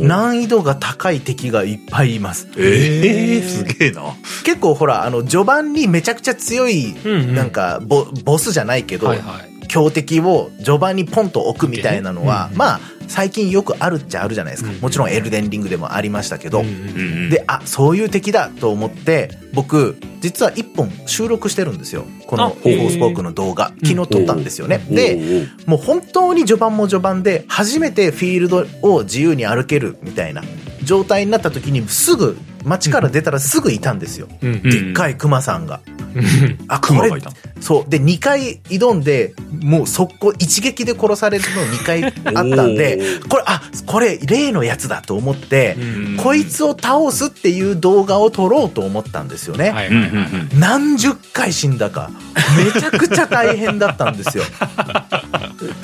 ー
難易度が高い敵がいっぱいいます。
ええすげえな。
結構ほら、あの、序盤にめちゃくちゃ強い、
うんうん
なんかボ、ボスじゃないけど、
はいはい。
強敵を序盤にポンと置くみたいなのは、
うんうん
まあ、最近よくあるっちゃあるじゃないですか。
うん
もちろんエルデンリングでもありましたけど。
うんうん
で、
で、あ、そういう敵だと思って、僕、実は1本収録してるんですよ。こ
あ
の、
へ
ホ
ー
ーホースポークの動画、昨日撮ったんですよね。で、
で、
もう本当に序盤も序盤で初めてフィールドを自由に歩けるみたいな状態になった時にすぐ街から出たらすぐいたんですよ、
うんうん
でっかいクマさんが、
うん
あ
ク
こ
マ
れ
がいたの
そうで2回挑んでもう速攻一撃で殺されるの2回あったんでこれあこれ例のやつだと思って
う、 ん
こいつを倒すっていう動画を撮ろうと思ったんですよね、
はい
うんう
は
ん
いはい。
何十回死んだかめちゃくちゃ大変だったん ですよ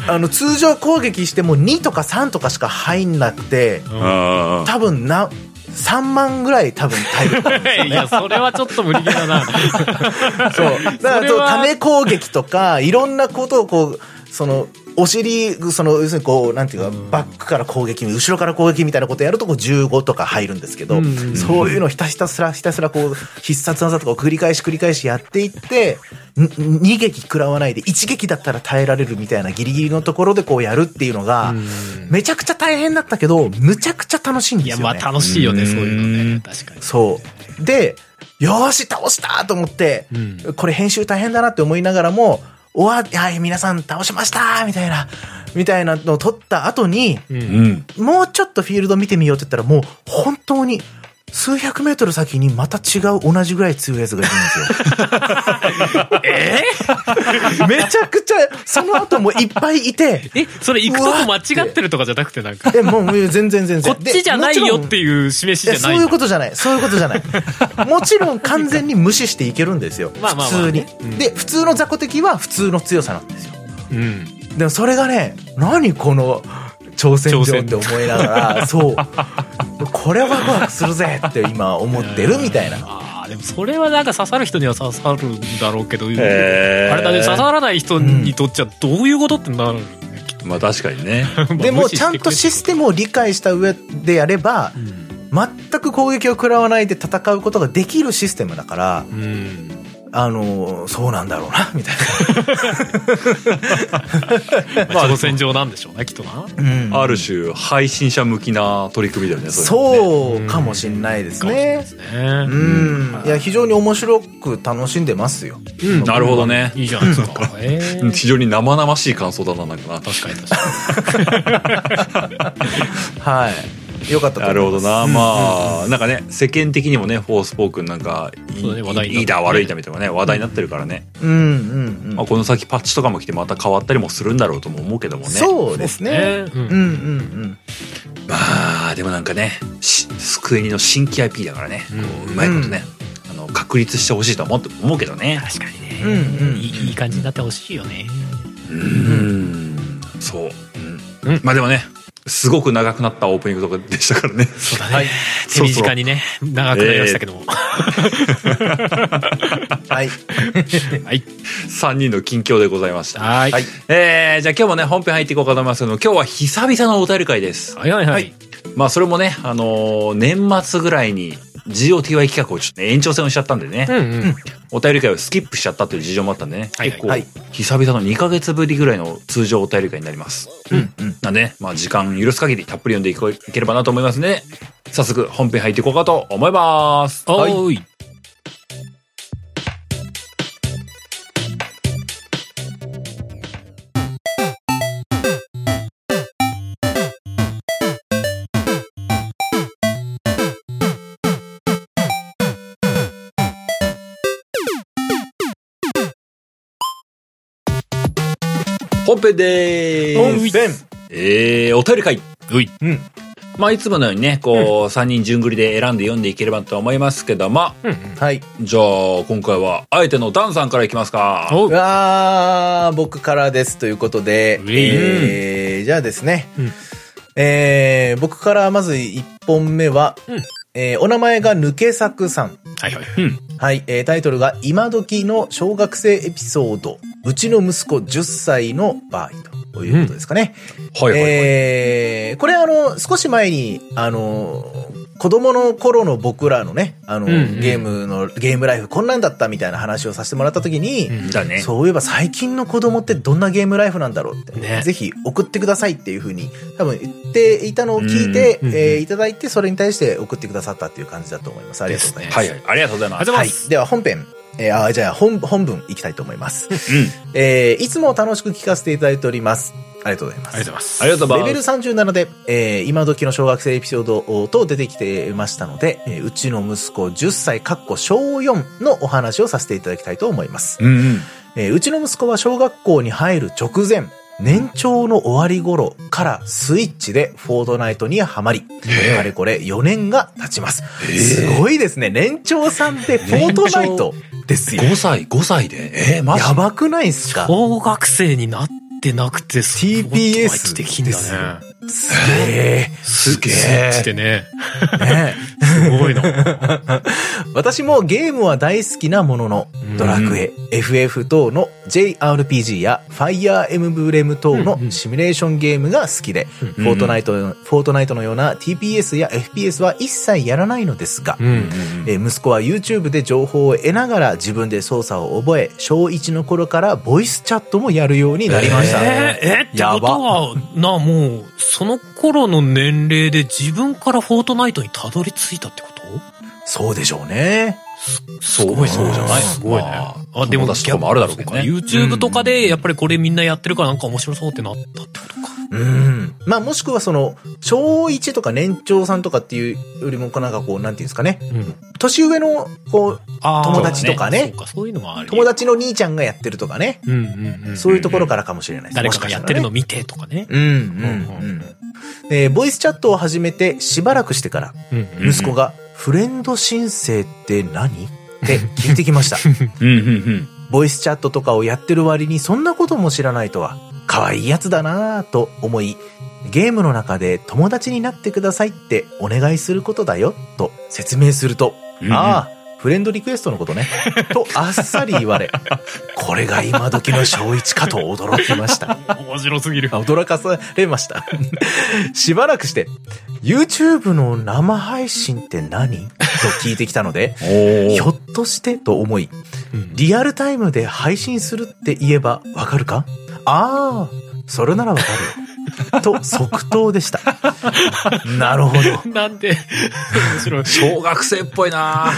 あの通常攻撃しても2とか3とかしか入んなくて
うん。あ
多分な3万ぐらい多分耐えてたんです よ
いや、それはちょっと無理ゲーだな。
そうだか
そ
ら
れ
そう
は
ため攻撃とかいろんなことをこうそのお尻その要するにこうなんていうかバックから攻撃後ろから攻撃みたいなことやるとこう15とか入るんですけど、
うんうん
そういうのをひたひたすらひたすらこう必殺技とかを繰り返し繰り返しやっていってん2撃食らわないで1撃だったら耐えられるみたいなギリギリのところでこうやるっていうのが
うん
めちゃくちゃ大変だったけどむちゃくちゃ楽しいん で
い
すよ
や、
ね。
まあ楽しいよ
う
ね、
ん
そういうのね。確かに。
そう。で、よーし、倒したと思って、
うん
これ編集大変だなって思いながらも、おわ、はい、皆さん倒しましたみたいな、みたいなのを撮った後に、
う。
ーうんん。
もうちょっとフィールド見てみようって言ったら、もう本当に、数百メートル先にまた違う同じぐらい強いやつがいるんですよ。 えめちゃくちゃ、その後もいっぱいいて、
え、それ行くとこ間違ってるとかじゃなくてなんか、
え、もう全然全然。
こっ ちじゃない
でもちろ
よ
ん
っていう示しじ
い
ゃ
やそ
な
う
い
いうことじゃないそういうことじゃない もちろん完全に無視していけるんですよ
まあまあまあ
普通に、
うん
で普通の雑魚敵は普通の強さなんですよ
うん。
でもそれがね何この挑戦状って思いながらそうこれはワクワクするぜって今思ってるみた いな
ああでもそれはなんか刺さる人には刺さるんだろうけど、
へー
あれだね刺さらない人にとっちゃどういうことってなるよねきっ
まあ確かに ね。
と
でもちゃんとシ
し
ステムを理解した上でやれば
うん
全く攻撃を食らわないで戦うことができるシステムだから
うん
あのそうなんだろうなみたい
まあ挑戦状なんでしょうねきっとな
な、うん
ある種、配信者向きな取り組みだよね、う。
そうかもしんないですね。
ね
うん、いや非常に面白く楽しんでますよ。
うん
なるほどね。
いいじゃないですかえ
うん
ー
非常に生々しい感想だな、なんかな。
確かに確か
はい、よかったと
な
思
るほ
いま
どな、まあ、なんかね、世間的にもね、フォースポークンなんか、い
そうだね話題になってる
いいいだ、悪いだみたいなね、話題になってるからね。
す。うんうんう
まあ、
ん。
この先パッチとかも来てまた変わったりもするんだろうとも思うけどもね。
そうです
に
ね。
ねう
うんんうん
まあ、でもなんかね、しスクエニの新規 IP だからね、こううまいことね、あの、確立してほしいとは思って思うけどね。
確かに
うんうん
ねいいいい感じになってほしいよね
うん、そう。うん
うん
まあでもね、すごく長くなったオープニングとかでしたからね。
そうだ
はい
ね手短にね長くなりましたけども
うん。はい。
はい
3人の近況でございました。
はい
はい
えー、じゃあ今日もね、本編入っていこうかと思いますけど、今日は久々のお便り会です。
はいはいは
はいい
まあそれもね、あのー年末ぐらいに GOTY 企画をちょっとね延長戦をしちゃったんでね、
うんうん
お便り会をスキップしちゃったという事情もあったんでね、
はい
結構、
はい
久々の2ヶ月ぶりぐらいの通常お便り会になります。
うんうん。
なんでね、まあ時間許す限りたっぷり読んでいこいければなと思いますね。早速本編入っていこうかと思います。
おーい
本編で
本
ーす。
編
えー、お便り会。
うい
うん
まあ、いつものようにね、こう、三人順繰りで選んで読んでいければと思いますけども、
はい
じゃあ、今回は、あえてのダンさんからいきますか。
お
うわー僕からですということで、
う
え
えー、じゃあですね、
うん
えー、僕からまず1本目は、
うん
えーお名前が抜け作さん。
はいはい
うん。
はい、えータイトルが今時の小学生エピソード、うちの息子10歳の場合ということですかね。
はいはいはい。
えーこれあの、少し前に、あの、子供の頃の僕らのね、あの、
うんうん
ゲームの、ゲームライフこんなんだったみたいな話をさせてもらった時に、
うん
だね。
そういえば最近の子供ってどんなゲームライフなんだろうって、
ね
ぜひ送ってくださいっていうふうに多分言っていたのを聞いて、
うんうんうん
えーいただいてそれに対して送ってくださったっていう感じだと思います。ありがとうございます。
はいはい。ありがとうございます。
ありがとうござい
は
ま
い
す。
では本編。えーあーじゃあ本、本文いきたいと思います。
うん。
えーいつも楽しく聞かせていただいております。ありがとうございます
ありがとうございます
ありがとうござい
レ
ます。
ベル37で、えー今時の小学生エピソードと出てきてましたので、えーうちの息子10歳、かっこ小4のお話をさせていただきたいと思います。
うんうん。
えーうちの息子は小学校に入る直前、年長の終わり頃からスイッチでフォートナイトにはまり、
へえ
かれこれ4年が経ちます。
え
すごいですね。年長さんってフォートナイトですよ。
5歳、5歳でえー、マジ
やばくないっすか
小学生になってなくて
TPS
できんだね
すげ
すげ
し
え。
てね
え。ね
すごいの
私もゲームは大好きなものの
う、ん
ドラクエ、FF 等の JRPG やファイアーエムブレム等の
うんうん
シミュレーションゲームが好きで、
うん
フォートナイトの、フォートナイトのような TPS や FPS は一切やらないのですが、
うん
えー息子は YouTube で情報を得ながら自分で操作を覚え、小1の頃からボイスチャットもやるようになりました。
えー、えーってことはなもうその頃の年齢で自分からフォートナイトにたどり着いたってこと
そうでしょうね。
す
そう
ごいそうじゃない
そう
すごいね。
まあ
あ、でも、
友達とかもあるだろうけどね
そうか YouTube とかで、やっぱりこれみんなやってるからなんか面白そうってなったってことか。
うん。まあもしくはその、小1とか年長さんとかっていうよりも、こうなんかこう、なんていうんですかね。
うん。
年上の、こう、
あー
友達とか
そ
ね
うか、そういうのもある。
友。達の兄ちゃんがやってるとかね。
うんうんうん。
そういうところからかもしれないです。
誰かがやってるの見てとかね。
うんうんうん。えーボイスチャットを始めてしばらくしてから、
うん
ん
息子が、フレンド申請って何って聞いて きました。
うんうんうん。
ボイスチャットとかをやってる割にそんなことも知らないとは、可愛いやつだなぁと思い、ゲームの中で友達になってくださいってお願いすることだよと説明すると、
うんうん
ああ、フレンドリクエストの ことね。とあっさり言われ、これが今時の小一かと驚きました。
うん。面白すぎる。
あ 驚かされました。 しばらくして、YouTube の生配信って何と聞いてきたの で、
おー
ひょっとしてと思い、
うん
リアルタイムで配信するって言えばわかるかああ、それならわかるよ。 と即答で した。なるほど。
なんで、面白い。
小学生っぽいな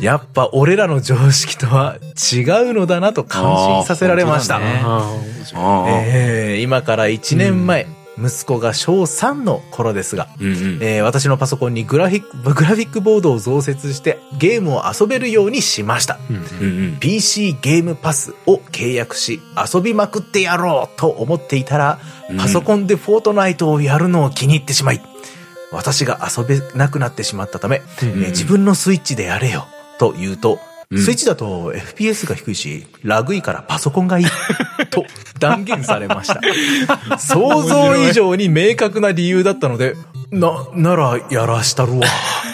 やっぱ俺らの常識とは違うのだなと感心させられました。
あー本当だね
あー面白い
あ。
えー今から1年前、息子が小3の頃ですが、
うんうん。
えー私のパソコンにグラフィック、グラフィックボードを増設してゲームを遊べるようにしました。
うんうん
うんうん。
PC ゲームパスを契約し遊びまくってやろうと思っていたら、
うん
パソコンでフォートナイトをやるのを気に入ってしまい、私が遊べなくなってしまったため、
うん
えー自分のスイッチでやれよと言うと、
うん
スイッチだと FPS が低いし、ラグいからパソコ ンがいいと断言されました。想像以上に明確な理由だったので、な、ならやらしたるわ、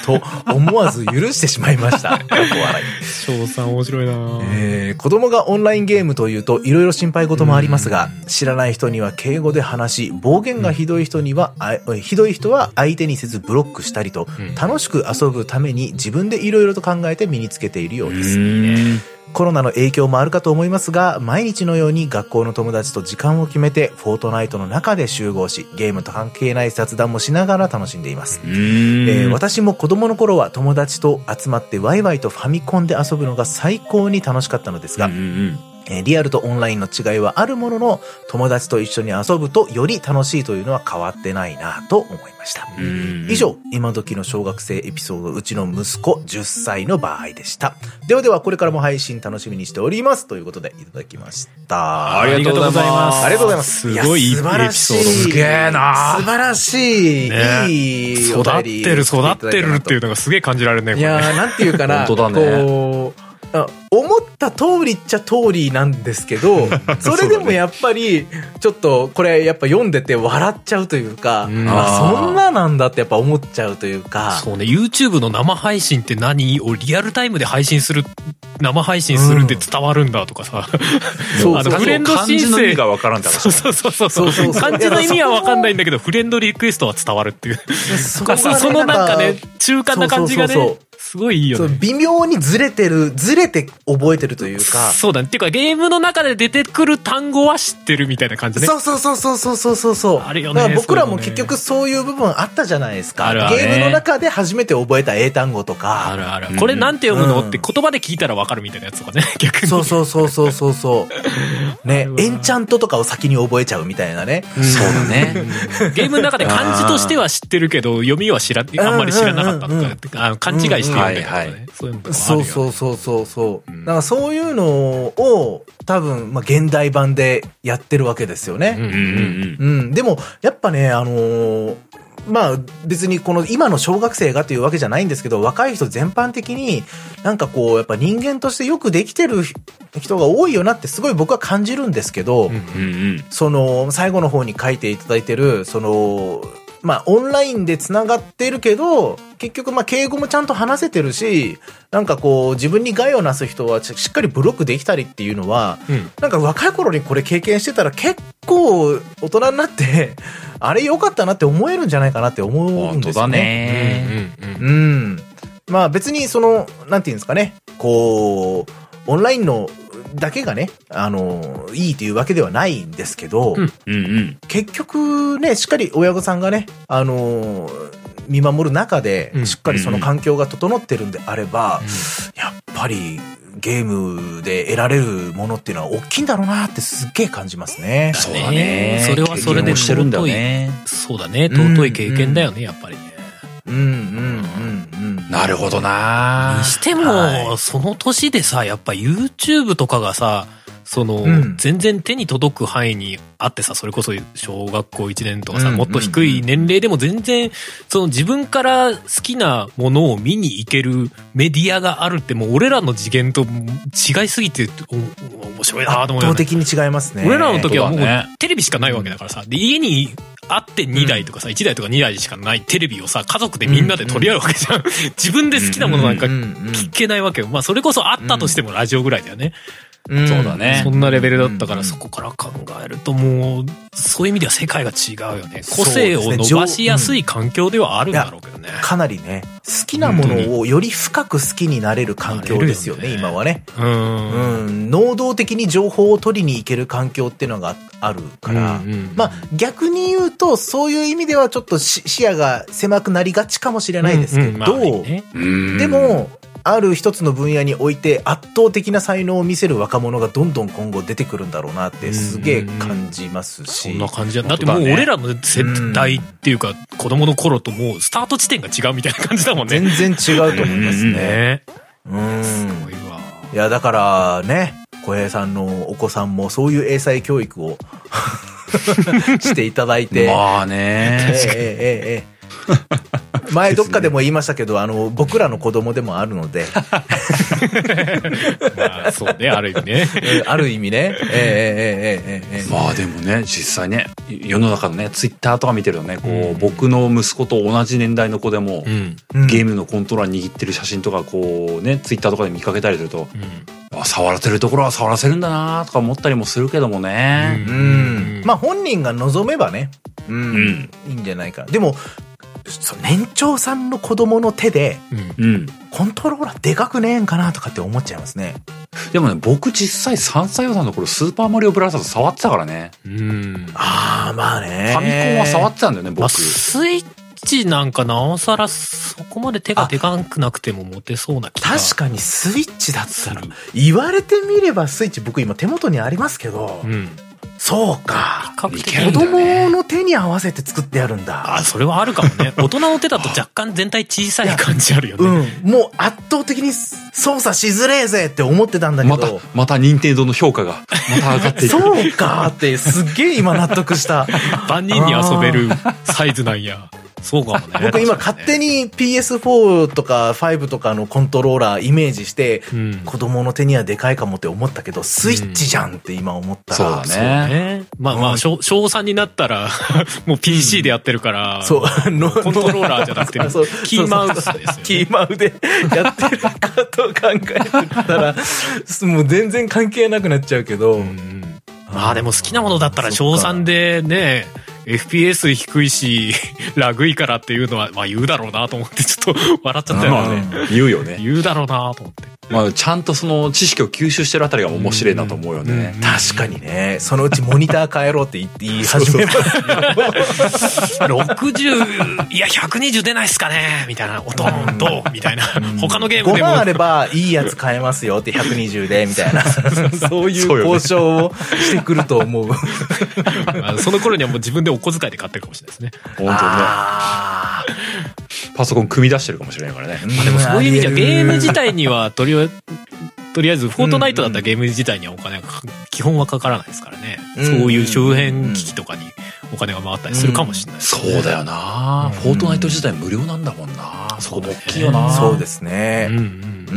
と思わず許してしまいました。 よく笑い。
翔さん面白いなぁ
えー子供がオンラインゲームというといろいろ心配事もありますが、知らない人には敬語で話し、暴言がひどい人には、あえひどい人は相手にせずブロックしたりと、
うん
楽しく遊ぶために自分でいろいろと考えて身につけているようです。コロナの影響もあるかと思いますが、毎日のように学校の友達と時間を決めて、フォートナイトの中で集合し、ゲームと関係ない雑談もしながら楽しんでいます。えー
え
私も子供の頃は友達と集まってワイワイとファミコンで遊ぶのが最高に楽しかったのですが、えーリアルとオンラインの違いはあるものの、友達と一緒に遊ぶとより楽しいというのは変わってないなと思いました。
うん
以上、今時の小学生エピソード、うちの息子10歳の場合でした。ではでは、これからも配信楽しみにしております。ということで、いただきました。
ありがとうございます
ありがとうございます。
すごいいいエピソ
や素晴らしい
ー
すげえな
素晴らしい。
ね
いい
ド
お
だ
便
育
り
ってる育ってるっていう
い
のがすげえ感じられるねこ
い
れ
やー、
ね
なんていうかな。
本当だね
こうあ思った通りっちゃ通りなんです けど、それでもやっぱり、ちょっとこれやっぱ読んでて笑っちゃうというか、
うん
あそんななんだってやっぱ思っちゃうというか、
そうね YouTube の生配信って何をリアルタイムで配信する生配信するって伝わるんだとかさ、
そう
あの
そう
フレンド申
漢
請
字の意味がわからんって
そう
話。
そうそうそう
そうそうそう
漢字の意味は分かんないんだけどフレンドリクエストは伝わるっていう
そ
とかさそのなんかね中間な感じがね
そうそうそうそう
すごいいいよ
そう
ね
微妙にずれてる、ずれて覚えてるというか、
そうだねっていうかゲームの中で出てくる単語は知ってるみたいな感じね
そうそうそうそうそうそうそうそう。
あるよね
だから僕ら
そ
も
ういう
結
のね
局そういう部分あったじゃないですか。
あるあるね
ゲームの中で初めて覚えた英単語と
あ
か。
るある、これなんて読むの、
うん
って言葉で聞いたら分かるみたいなやつとかね 逆に
そうそうそうそうそうそう。ね、エンチャントとかを先に覚えちゃうみたいなね。
そうだね。
ゲームの中で漢字としては知ってるけど読みは知らあんまり知らなかった
うんうんうん
とかあの勘違いして読んだりと
うん
か
はいは
ねそういうのとかもあるよね
そうそうそうそうそう。
ん
だからそういうのを多分、まあ、現代版でやってるわけですよね。
うん
う
うん
うん
ん
うん。
うん、でも、やっぱね、あのーまあ別にこの今の小学生がというわけじゃないんですけど、若い人全般的になんかこう、やっぱ人間としてよくできてる人が多いよなってすごい僕は感じるんですけど、
う
うん
ん
うん。
その最後の方に書いていただいてる、その、まあオンラインで繋がってるけど、結局まあ敬語もちゃんと話せてるし、なんかこう自分に害をなす人はししっかりブロックできたりっていうのは、
うん
なんか若い頃にこれ経験してたら結構大人になって、 あれ良かったなって思えるんじゃないかなって思うん
本
で
当
すよ
だ
ね。
ね。
うんうんうん
うん。まあ別にその、なんていうんですかね、こう、オンラインのだけがね、あの、いいというわけではないんですけど、
うん
うんうん。
結局ね、しっかり親御さんがね、あの、見守る中で
う、ん
しっかりその環境が整ってるんであれば、やっぱりゲームで得られるものっていうのは大きいんだろうなってすっげえ感じますね。
そうだね。
それはそれで
経験をしてるんだよね。
そうだね尊い経験だよねやっぱりね
うんうんうんうん。
なるほどな
にして
は
もその年でさやっぱ YouTube とかがさその、
うん
全然手に届く範囲にあってさそれこそ小学校1年とかさ、
うんうん
もっと低い年齢でも全然その自分から好きなものを見に行けるメディアがあるってもう俺らの次元と違いすぎておお面白いなと
圧
思うよ
倒
ね
的に違いますね。
俺らの時はもう
そうだね
テレビしかないわけだからさ、で家にあって2台とかさ、1台とか2台しかないテレビをさ家族でみんなで取り合うわけじゃん、自分で好きなものなんか
うんうん
聞けないわけよ。まあ、それこそあったとしてもラジオぐらいだよね。
うん、
そうだね
そんなレベルだったか
うん
ら、そこから考えるともう、そういう意味では世界が違うよね。
そ
個
うですね
性を伸ばしやすい環境ではあるんだろうけどね。
かなりね、好きなものをより深く好きになれる環境ですよね、
なれるよね
今はね。
う。
うんん、能動的に情報を取りに行ける環境っていうのがあるから、
うんうん
まあ逆に言うと、そういう意味ではちょっとし視野が狭くなりがちかもしれないですけ
うん
ど、
まあいいね
うん
で、も、ある一つの分野において圧倒的な才能を見せる若者がどんどん今後出てくるんだろうなってすげえ感じますし。
そんな感じだ。だ
本
って
当だ
も
ね
う俺らの世代っていうか、子供の頃ともうスタート地点が違うみたいな感じだもんね。
全然違うと思いますね。
ね。
うん。
すごいわ。
いや、だからね、小平さんのお子さんもそういう英才教育を していただいて。
まあ
ええ
ね。
ええええ前どっかでも言いましたけど、あの、僕らの子供でもあるので、
まあ、そうね、ある意味ね。
えある意味ね。えええええええええ
まあでもね、実際ね、世の中のね、ツイッターとか見てるとね、こう、僕の息子と同じ年代の子でも、
うん。
うん
ゲームのコントローラー握ってる写真とか、こうね、ツイッターとかで見かけたりすると、
うん。
あ触らせるところは触らせるんだなとか思ったりもするけどもね。
うんまあ本人が望めばね、うん
ん
いいんじゃないかな。でも、そう年長さんの子供の手で、
うん
うん。
コントローラーでかくねえんかなとかって思っちゃいますね。
でもね、僕実際3歳さんの頃、スーパーマリオブラザーズ触ってたからね。
うん。
ああ、まあ
フ
ね。
ァミコンは触ってたんだよね、
まあ、
僕。
スイッチなんかなおさらそここまで手がでかくなくても持てそうな気が
確かにスイッチだったら、言われてみればスイッチ僕今手元にありますけど、
うん
そうか。
比較的
子
いいんだ
供の手に合わせて作ってやるんだ。
あそれはあるかも ね大人の手だと若干全体小さい感じあるよね、
うん。もう圧倒的に操作しづれえぜって思ってたんだけ
また
ど、
また任天堂の評価がまた上がっていく
そうかってすっげえ今納 得した。
万人に遊べるサイズなんやそうかもね
僕今
確
勝
かにね
手に PS4 とか5とかのコントローラーイメージして、
うん
子供の手にはでかいかもって思ったけど、スイッチじゃんって今思ったら、
そうだね
ねまあま
う
あ
ん
小小3になったらもう PC でやってるから、
そう、の
コントローラーじゃなくて
あ そう
キーマウスですよね
そうそうキーマウでやってることを考えてた ら、もう全然関係なくなっちゃうけど。
うんうんまあでも好きなものだったら小3でね FPS 低いし ラグいからっていうのはまあ言うだろうなと思ってちょっと笑っちゃったよね、
まあ、言うよね、
言うだろうなと思って
まあ、ちゃんとその知識を吸収してるあたりが面白いなと思うよね、
うん
確かにね、そのうちモニター変えろって言って言い始めます
60いや120出ないっすかねみたいなおとんどうみたいな他のゲーム
5
でも
万あればいいやつ買えますよって120でみたいなそうい
そう
う
よね
交渉をしてくると思う
あその頃にはもう自分でお小遣いで買ってるかもしれないですね
本当にね
あー
パソコン組み出してるかもしれないからね
うん
でもそういう意味じゃ
ありえる
ゲーム自体にはとりあえずとりあえずフォートナイトだったらゲーム自体にはお金がか基本はかからないですからね、
うん
そういう周辺機器とかにお金が回ったりするかもしれないですね、
そうだよな、
うん
フォートナイト自体無料なんだもんなそこも大きいよな
そうです
う
ね
んう
う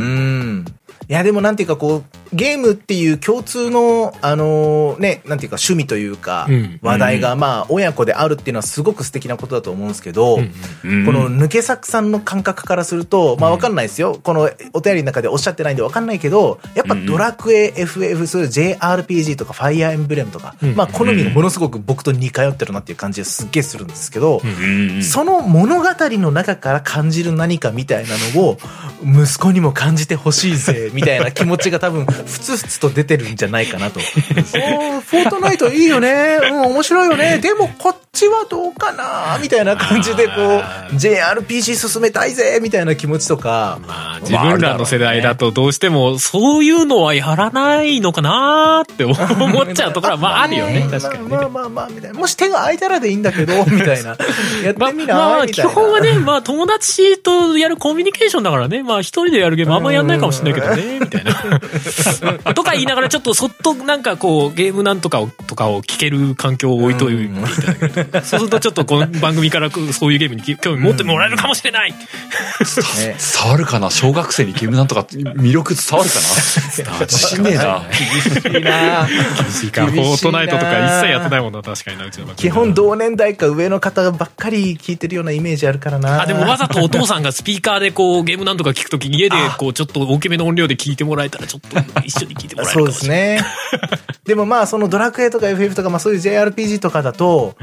んんいやでもなんていうかこうゲームっていう共通のあのねなんていうか趣味というか
うん
話題がまあ親子であるっていうのはすごく素敵なことだと思うんですけど、
うん
うん
この抜け作さんの感覚からすると、まあわかんないですよ。このお便りの中でおっしゃってないんでわかんないけど、やっぱ
うん
ドラクエ、FF、そういう JRPG とかファイアーエンブレムとか、
うん
まあ好みがものすごく僕と似通ってるなっていう感じがすっげえするんですけど、
うんうん
その物語の中から感じる何かみたいなのを、息子にも感じてほしいぜ、みたいな気持ちが多分、ふつふつと出てるんじゃないかなと。おーフォートナイトいいよね。うん、面白いよね。でも、こっちはどうかなみたいな感じで、こう
あ、
JRPG 進めたいぜ、みたいな気持ちとか。
まあ自分らの世代だとどうしてもそういうのはやらないのかなーって思っちゃうところはまああるよね
うん
確かにね
まあまあまあ、まあみたいな。もし手が空いたらでいいんだけど、みたいな。やってみな、
まあまあ、
み
基
たいな。
本はね、まあ、友達とやるコミュニケーションだからね、まあ、一人でやるゲームあんまやんないかもしれないけどね、みたいな。とか言いながら、ちょっとそっとなんかこう、ゲームなんとかを、とかを聞ける環境を置いといていただけると。そうすると、ちょっとこの番組からこうそういうゲームに興味持ってもらえるかもしれない。
ね
伝わるかな小学生にゲームなんとか魅力伝わるかな自信ねえな
厳しいな
フォートナイトとか一切やってないもんな、確かにな、うちの番組
基本同年代か上の方ばっかり聞いてるようなイメージあるからな
あでもわざとお父さんがスピーカーでこうゲームなんとか聞くとき家でこうちょっと大きめの音量で聞いてもらえたらちょっと一緒に聞いてもらえるか
そう
も
で
しれ
す
ない。
ねでもまあそのドラクエとか FF とかまあそういう JRPG とかだと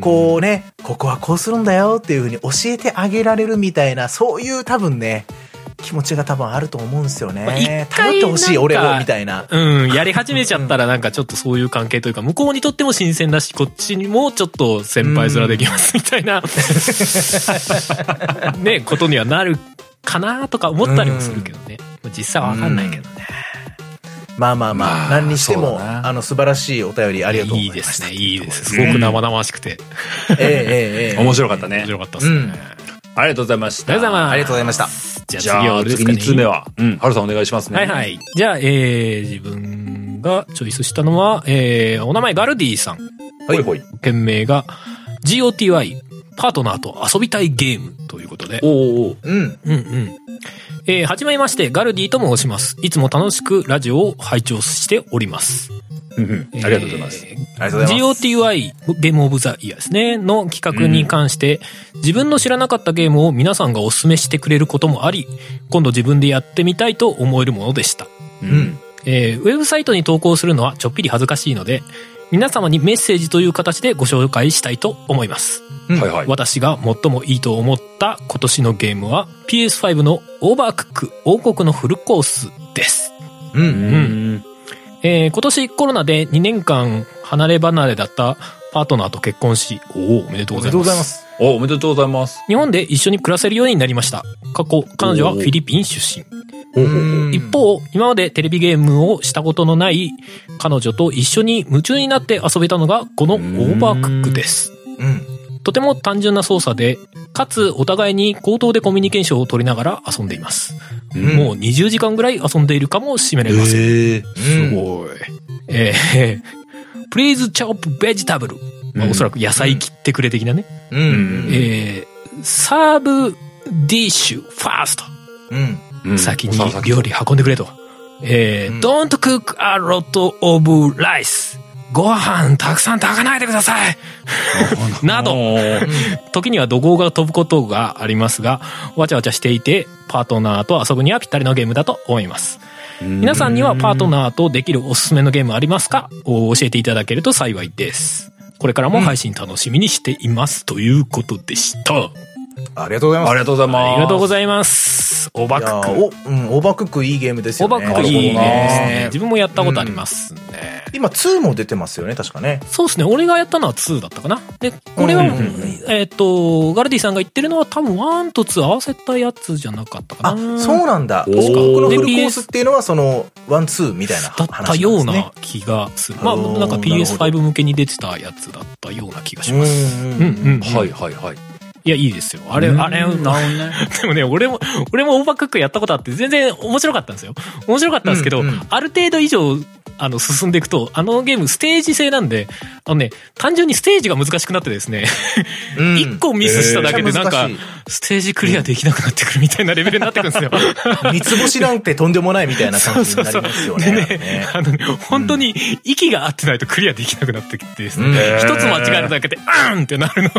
こうねここはこうするんだよっていうふうに教えてあげられるみたいなそういう多分ね気持ちが多分あると思うんですよ
まあ一
ね
回
頼ってほしい俺
なん
を
か
みたいな
うん、やり始めちゃったらなんかちょっとそういう関係というか、向こうにとっても新鮮だし、こっちにもちょっと先輩面できますみたい な、ね、ことにはなるかなとか思ったりもするけどね。実際はわかんないけどね。
まあまあま
まあ
あ何にして
そう
も
だな
あの素晴らしいお便りありがとうござ
い
い
い
ま
です
した
ね、いいです。すごく生々しくて、
ええええええ
面白かった
面
ね
白かったですね。
うん
ありがとうございました
ありがとうございます
ありがとうございました
じゃあ
じ
次
ゃ
は
あ
俺です
次
かね
2通目はうんハルさんお願いしますね
はいはい。じゃあ、えー、自分がチョイスしたのは、えー、お名前ガルディさん。
ほいほい
件名が、GOTY、パートナーと遊びたいゲームということで。
おおおう
うん
うんうん。えー、はじめまして、ガルディと申します。いつも楽しくラジオを拝聴しております。
うんうんありがとうございます
えー
ありがとうございます
GOTY ゲームオブザイヤーですね、の企画に関して、自分の知らなかったゲームを皆さんがお勧めしてくれることもあり、今度自分でやってみたいと思えるものでした。
う
うん
えーウェブサイトに投稿するのはちょっぴり恥ずかしいので、皆様にメッセージという形でご紹介したいと思います。
はいはい
私が最もいいと思った今年のゲームは PS5 のオーバークック王国のフルコースです。
う
うんん
えー今年コロナで2年間離れ離れだったパートナーと結婚し、おお、おめでとう
お
ござい
めでと
ま
うご
す。
ざいます
おおめでとうございます
日本で一緒に暮らせるようになりました。過去、彼女はフィリピン出身。
ほうほう
うん
一方、今までテレビゲームをしたことのない彼女と一緒に夢中になって遊べたのがこのオーバークックです。
うん
とても単純な操作で、かつお互いに口頭でコミュニケーションを取りながら遊んでいます。
うん
もう20時間ぐらい遊んでいるかもしれません。
へえ
すごい。えー、Please chop vegetable。まあ
うん
おそらく野菜切ってくれ的なね。
うん
うん
えー、サーブディッシュファースト。
うん
うん
先に
さあ先
料理運んでくれと。えー
うん
don't cook a lot of rice. ご飯たくさん炊かないでください。など、
おー
時には怒号が飛ぶことがありますが、わちゃわちゃしていて、パートナーと遊ぶにはぴったりのゲームだと思います。皆さんにはパートナーとできるおすすめのゲームありますかを教えていただけると幸いです。これからも配信楽しみにしています。ということでした。あ
ありがとうございます
ありがとうございます
りがとうございます。おば
い
く
やー
く。
おうん、オーバークックいいゲームです
お
よね。
ばくくいいですね。
なるほどな
自分もやったことありますね。
今2も出てますよね、確かね。
そうですね。俺がやったのは2だったかな。で、これは、
うんうんうん
えっ、と、ガルディさんが言ってるのは多分1と2合わせたやつじゃなかったか
あ、
な。
そうなんだ。
おー
確か。このフルコースっていうのは、その、ワン、ツーみたいな
だっ
話
たよう
なん
な気がする。まあ、
おー
なんか
なる
PS5 向けに出てたやつだったような気がしま。
ですすね。
うんうん。
はいはいはい
いや、いいですよ。あれ、
うん
あれ、
なるほどね
でもね、俺も、俺もオーバークックやったことあって、全然面白かったんですよ。面白かったんですけど、
うんうん
ある程度以上、あの、進んでいくと、あのゲームステージ制なんで、あのね、単純にステージが難しくなってですね、
うん
一、個ミスしただけでなんか
めっちゃ、
ステージクリアできなくなってくるみたいなレベルになってくるんですよ。
三つ星なんてとんでもないみたいな感じになりますよ
で
ね。
ね
ね、
あのね、本当に息が合ってないとクリアできなくなってきてですね、
うん
一つ間違えるだけで、うんってなる の。、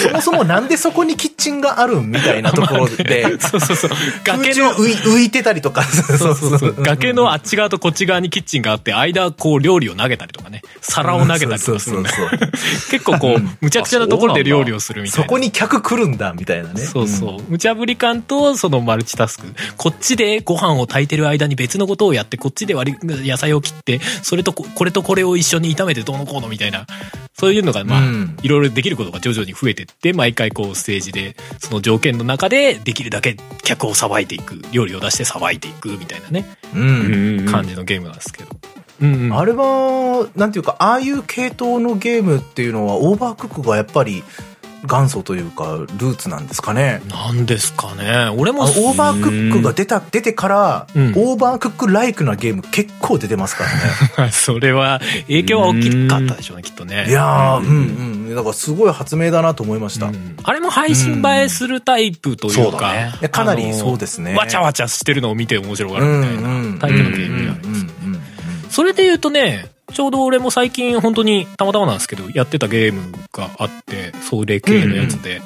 そもそもなんでそこにキッチンがあるんみたいなところで
そうそうそう。
空
崖
中
の、
浮い浮いてたりとか。
そうそうそう。崖のあっち側とこっち側にキッチンがあって、間、こう、料理を投げたりとかね。皿を投げたりとかするんだ
そうそうそう
結構こう、むちゃくちゃなところで料理をするみたい
そ
な。
こに客来るんだ、みたいなね。
そうそう。無茶ぶり感と、そのマルチタスク。こっちでご飯を炊いてる間に別のことをやって、こっちで割り、野菜を切って、それとこ、これとこれを一緒に炒めてどうのこうのみたいな。そういうのが、まあ、
うん
いろいろできることが徐々に増えてって、毎回こう、ステージで、その条件の中で、できるだけ客をさばいていく。料理を出してさばいていく、みたいなね。
うん。うん
感じのゲームなんですけど。うん、うん。
あれは、なんていうか、ああいう系統のゲームっていうのは、オーバークックがやっぱり元祖というか、ルーツなんですかね。
なんですかね。俺も
あの、オーバークックが出た、出てから、
うん
オーバークックライクなゲーム結構出てますから ね。
それは、影響は大きかったでしょうね、きっとね。
いやー、
う
うんんうん。だからすごい発明だなと思いました。
うんあれも配信映えするタイプという
うんそう
か
だね、
いやかなりそうですすね。
わちゃわちゃしてるのを見て面白がるみたいな。
うんうん
タイプのゲームになりますね。それで言うとね、ちょうど俺も最近本当にたまたまなんですけど、やってたゲームがあって、それ系のやつで。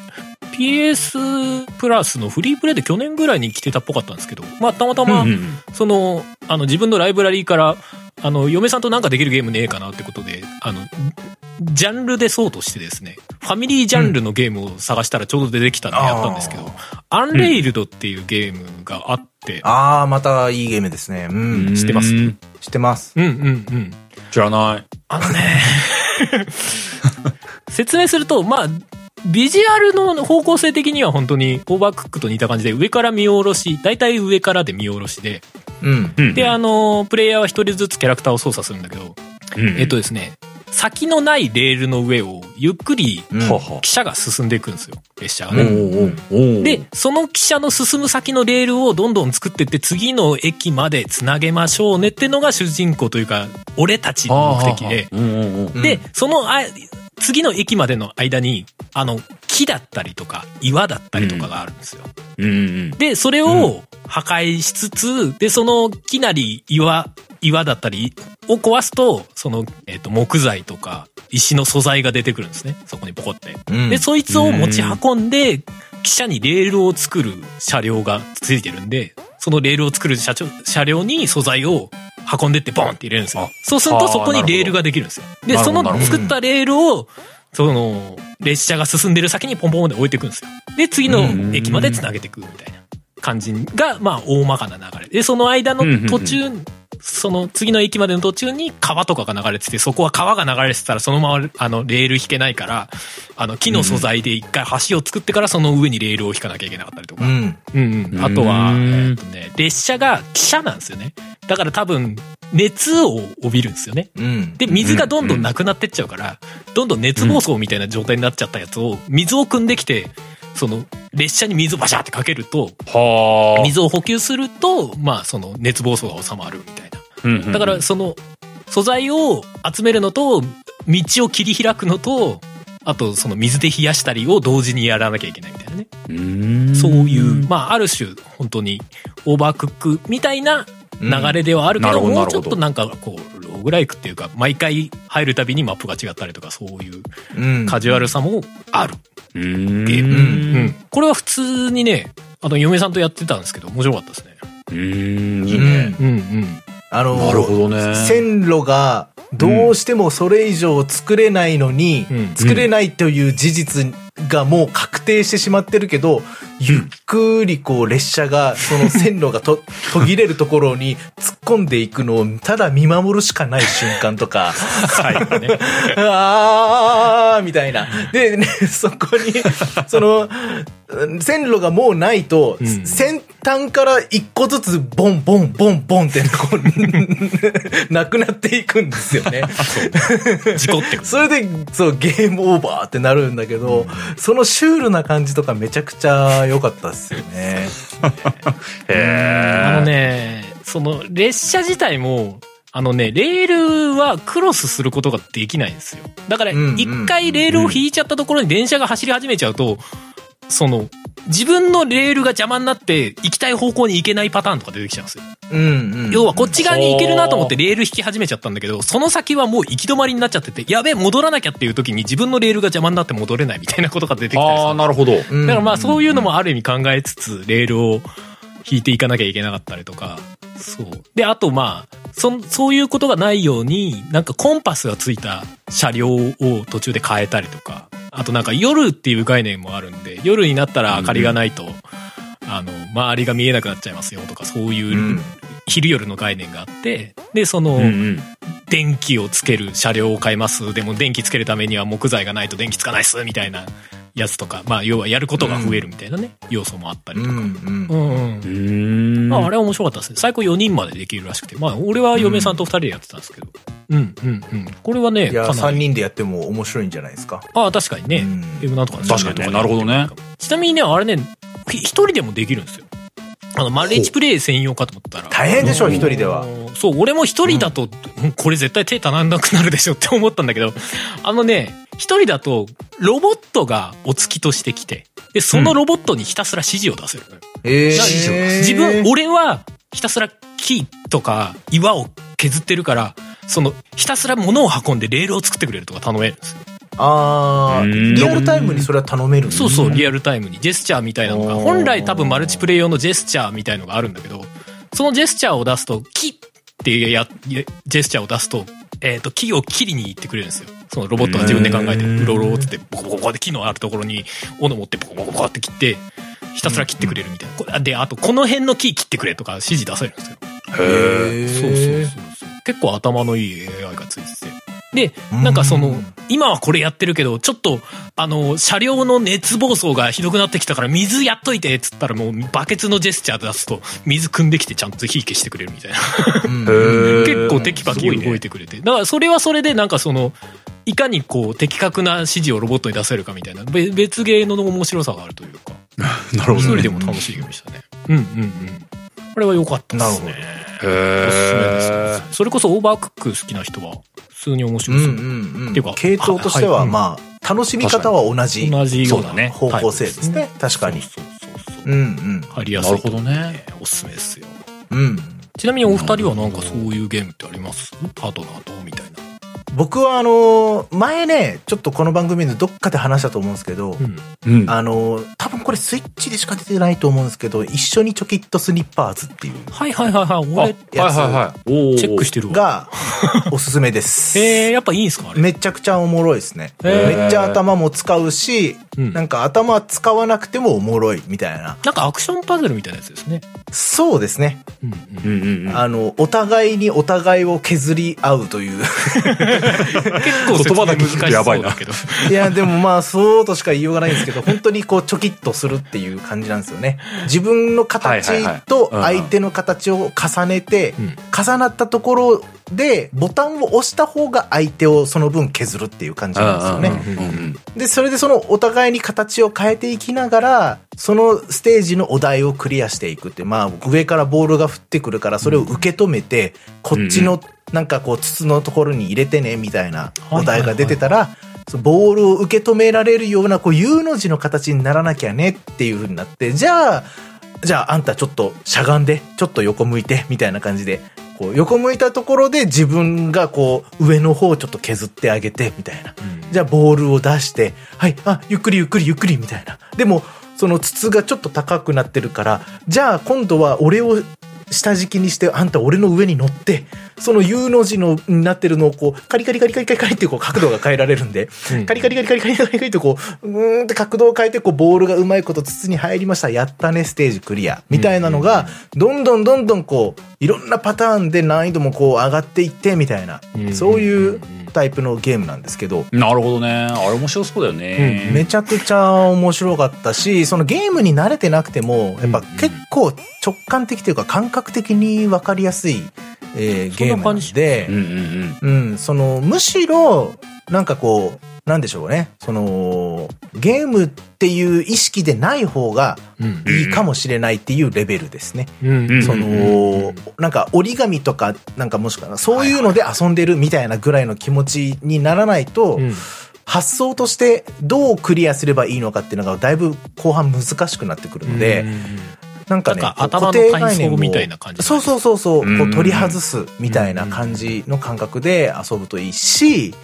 PS プラスのフリープレイで去年ぐらいに来てたっぽかったんですけど、まあたまたま、その、あの、自分のライブラリーから、あの、嫁さんとなんかできるゲームねえかなってことで、あの、ジャンルでそうとしてですね、ファミリージャンルのゲームを探したらちょうど出てきたんで
うん
やったんですけど、アンレイルドっていうゲームがあって、
あー、またいいゲームですね。うん。
知ってます
うん
知ってます。
うんうんうん。
知らない
あのね、説明すると、まあ、ビジュアルの方向性的には本当にオーバークックと似た感じで上から見下ろし、大体上からで見下ろしで、
うん。
で、あの、プレイヤーは一人ずつキャラクターを操作するんだけど、えっとですね、先のないレールの上をゆっくり
うん
はは
汽車が進んでいくんですよ、列車が
お
ね。
うおうおう
で、その汽車の進む先のレールをどんどん作ってって、次の駅までつなげましょうねってのが主人公というか、俺たちの目的で。
うんうんうん
で、そのあ、次の駅までの間に、あの、木だったりとか、岩だったりとかがあるんですよ。
うん
で、それを破壊しつつ、で、その木なり岩、岩だったりを壊すと、その、えっ、と、木材とか石の素材が出てくるんですね。そこにポコって。
うん
で、そいつを持ち運んで、汽車にレールを作る車両がついてるんで、そのレールを作る車両車両に素材を運んでってボンって入れるんですよ
あ。
そうすると
あー
そこにレールができるんですよ。で、
なる
そ
ほど
の
なるほど
作ったレールを、その、列車が進んでる先にポンポンまで置いていくんですよ。で、次の駅まで繋げていくみたいな感じが、まあ、大まかな流れ。で、その間の途中その次の駅までの途中に川とかが流れてて、そこは川が流れてたらそのまま、あの、レール引けないから、あの、木の素材で一回橋を作ってからその上にレールを引かなきゃいけなかったりとか。
うん。
うんうん、あとは、
うん
えーとね、列車が汽車なんですよね。だから多分、熱を帯びるんですよね。
うん。
で、水がどんどんなくなってっちゃうから、どんどん熱暴走みたいな状態になっちゃったやつを、水を汲んできて、その、列車に水をバシャってかけると、
はあ。
水を補給すると、まあ、その、熱暴走が収まるみたいな。
うんうん
だから、その、素材を集めるのと、道を切り開くのと、あと、その水で冷やしたりを同時にやらなきゃいけないみたいなね。
うん
そういう、まあ、ある種、本当に、オーバークックみたいな流れではあるけど、
うんな
も
る
う
ほ
ち
ど
ょっとなんか、こう、ローグライクっていうか、毎回入るたびにマップが違ったりとか、そういう
うん。
カジュアルさもある。
う
ゲー
ん
ム
うん
うんこれは普通にね、あの、嫁さんとやってたんですけど、面白かったですね。
うんいい
うん
ね。
うんうん。
あの、
なるほどね。
線路がどうしてもそれ以上作れないのに、
うん
作れないという事実がもう確定してしまってるけど、ゆっくりこう列車がその線路が と途切れるところに突っ込んでいくのをただ見守るしかない瞬間とか、
最後ね。
あーみたいな。で、ね、そこに、その、線路がもうないと、
ん
先端から一個ずつボンボンボンボンってこう、なくなっていくんですよね。
事故ってくる。
それで、そう、ゲームオーバーってなるんだけど、そのシュールな感じとかめちゃくちゃ良かったっすよね。
へえ。
あのね、その、列車自体も、あのね、レールはクロスすることができないんですよ。だから、
うんうん
一回レールを引いちゃったところに電車が走り始めちゃうと、その、自分のレールが邪魔になって、行きたい方向に行けないパターンとか出てきちゃうんですよ。
うん、うん。
要はこっち側に行けるなと思ってレール引き始めちゃったんだけど、その先はもう行き止まりになっちゃってて、やべえ、戻らなきゃっていう時に自分のレールが邪魔になって戻れないみたいなことが出てきたりす
あ
る
あ、。なるほど。
うん、。
だからまあそういうのもある意味考えつつ、レールを引いていかなきゃいけなかったりとか、そう。で、あとまあ、そ、そういうことがないように、なんかコンパスがついた車両を途中で変えたりとか、あとなんか夜っていう概念もあるんで、夜になったら明かりがないと、あの、周りが見えなくなっちゃいますよとか、そういううん昼夜の概念があって、で、その、
うん
電気をつける車両を買いますでも電気つけるためには木材がないと電気つかないっすみたいなやつとかまあ要はやることが増えるみたいなね、要素もあったり
う
と
ん、う。
か、うんんうん
うん。うーん。
まあ、あれは面白かったですね最高4人までできるらしくてまあ俺は嫁さんと2人でやってたんですけど、うん、うんうんこれはね
いや、
かな
3
り
人でやっても面白いんじゃないですか。
ああ確かにね、
うん
ゲームなんとか
確かにねなるほどね
ちなみにねあれねひ一人でもできるんですよあのマルチプレイ専用かと思ったら
大変でしょう、一人で
あ
は。
のそう、俺も一人だと、うんこれ絶対手足らなくなるでしょって思ったんだけど、あのね、一人だと、ロボットがお付きとしてきて、で、そのロボットにひたすら指示を出せるのよ。
え
なんで自分、俺は、ひたすら木とか岩を削ってるから、その、ひたすら物を運んでレールを作ってくれるとか頼めるんですよ。
あ
う
あ、
ん
リアルタイムにそれは頼めるんだ
そうそう、リアルタイムにジェスチャーみたいなのが、
おー
本来多分マルチプレイ用のジェスチャーみたいのがあるんだけど、そのジェスチャーを出すと、キッっていうや、ジェスチャーを出すと、えっ、と、木を切りに行ってくれるんですよ。そのロボットが自分で考えて、
へー
うろうろっつって、ボコボコボコって木のあるところに、斧持ってボコボコボコって切って、ひたすら切ってくれるみたいなこれ。で、あと、この辺の木切ってくれとか指示出せるんですよ。
へえ。
そうそうそうそう。結構頭のいい AI がついてて。で、なんかそうの
ん、
今はこれやってるけど、ちょっと、あの、車両の熱暴走がひどくなってきたから、水やっといて、っつったらもう、バケツのジェスチャー出すと、水汲んできてちゃんと火消してくれるみたいな。
うん
結構テキパキ動い
て。
てくれて。だからそれはそれで、なんかその、いかにこう、的確な指示をロボットに出せるかみたいな、べ別芸の面白さがあるというか、
なるほど
一人
ね。
でも楽しいゲームでしたね。うんうんうん。これは良かったですね。おすすめです
へえ。
それこそオーバークック好きな人は普通に面
う
白
ん
そう、
うんうん。
っていうか
系統として
は
は、
い
まあ、楽しみ方は同じ
同じような
そうだね
方向性ですね。確
タ
か
イプ
に
で。すねそうそうそうそう
うんうん。
入りやすい
なるほどね。
おすすめですよ
うん。
ちなみにお二人はなんかそういうゲームってありますパートナーとみたいな
僕はあのー、前ね、ちょっとこの番組でどっかで話したと思うんですけど、
うん
うん。
あのー、多分これスイッチでしか出てないと思うんですけど、一緒にチョキッとスニッパーズってい
はいはいはいはい
あ、はい
俺
はいはい。おー
チェックしてる
う
わ
が、おすすめです。
えー、やっぱいいんすかあれ
めちゃくちゃおもろいですね。
へー
めっちゃ頭も使うし、
うん
なんか頭使わなくてもおもろいみたいな。
なんかアクションパズルみたいなやつですね。
そうですね。
うんう
う
ん
んうんうん
あの、お互いにお互いを削り合う という。
結構
言葉だけ聞くとやばいな
難しそうだけど。
いや、でもまあ、そうとしか言いようがないんですけど、本当にこう、ちょきっとするっていう感じなんですよね。自分の
はいはいはい
形と
うんうん
相手の形を重ねて、
うん
重なったところで、ボタンを押した方が相手をその分削るっていう感じなんですよね。
うんうんうん
で、それでそのお互いに形を変えていきながら、そのステージのお題をクリアしていくって、まあ、上からボールが降ってくるから、それを受け止めて、こっちの、なんかこう、筒のところに入れてね、みたいなお題が出てたら、そのボールを受け止められるような、こう、U の字の形にならなきゃねっていう風になって、じゃあ、じゃああんたちょっとしゃがんで、ちょっと横向いて、みたいな感じで、こう、横向いたところで自分がこう、上の方をちょっと削ってあげて、みたいな。じゃあボールを出して、はい、あ、ゆっくりゆっくりゆっくりみたいな。でも、その筒がちょっと高くなってるから、じゃあ今度は俺を下敷きにして、あんた俺の上に乗って、その U の字のになってるのをこう、カリカリカリカリカリカリってこう角度が変えられるんで、カリカリカリカリカリカリカリってこう、うーんって角度を変えて、こうボールがうまいこと筒に入りました。やったね、ステージクリア。みたいなのが、どんどんどんどんこう、いろんなパターンで難易度もこう上がっていって、みたいな
う、ん
そういうタイプのゲームなんですけど、
なるほどねあれ面白そうだよね、
めちゃくちゃ面白かったし、そのゲームに慣れてなくても、やっぱ結構直感的というか感覚的にわかりやすい、えー
そん
ゲー
な
ムな
感
ん
じ
で、
うんうんうん
うん、その、むしろ、なんかこう、なんでしょうね、その、ゲームっていう意識でない方が
うん
いいかもしれないっていうレベルですね。
うん
うん
そ
うん
の、なんか折り紙とか、なんかもしくは、そういうので遊んでるみたいなぐらいの気持ちにならないと、
うん
発想としてどうクリアすればいいのかっていうのがだいぶ後半難しくなってくるので、
うんうん
なんかね、
なんか
こう
頭の
固定概
体
念
操
を
みたいな感じ
そうそうそう
う
そう、
ん
こう取り外すみたいな感じの感覚で遊ぶといいし、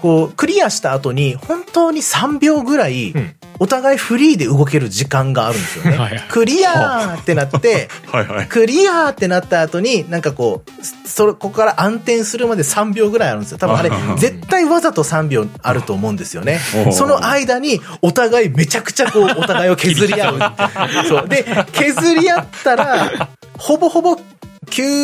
こうクリアした後に本当に3秒ぐらい
うん
お互いフリーで動ける時間があるんですよね。
はいはい
クリアーって なって、
はいはい、
クリアーってなった後に、なんかこう、それ、ここから暗転するまで3秒ぐらいあるんですよ。多分あれ絶対わざと3秒あると思うんですよね
おう。
その間に、お互いめちゃくちゃこう、お互いを削り合 う。そう。で、削り合ったら、ほぼほぼ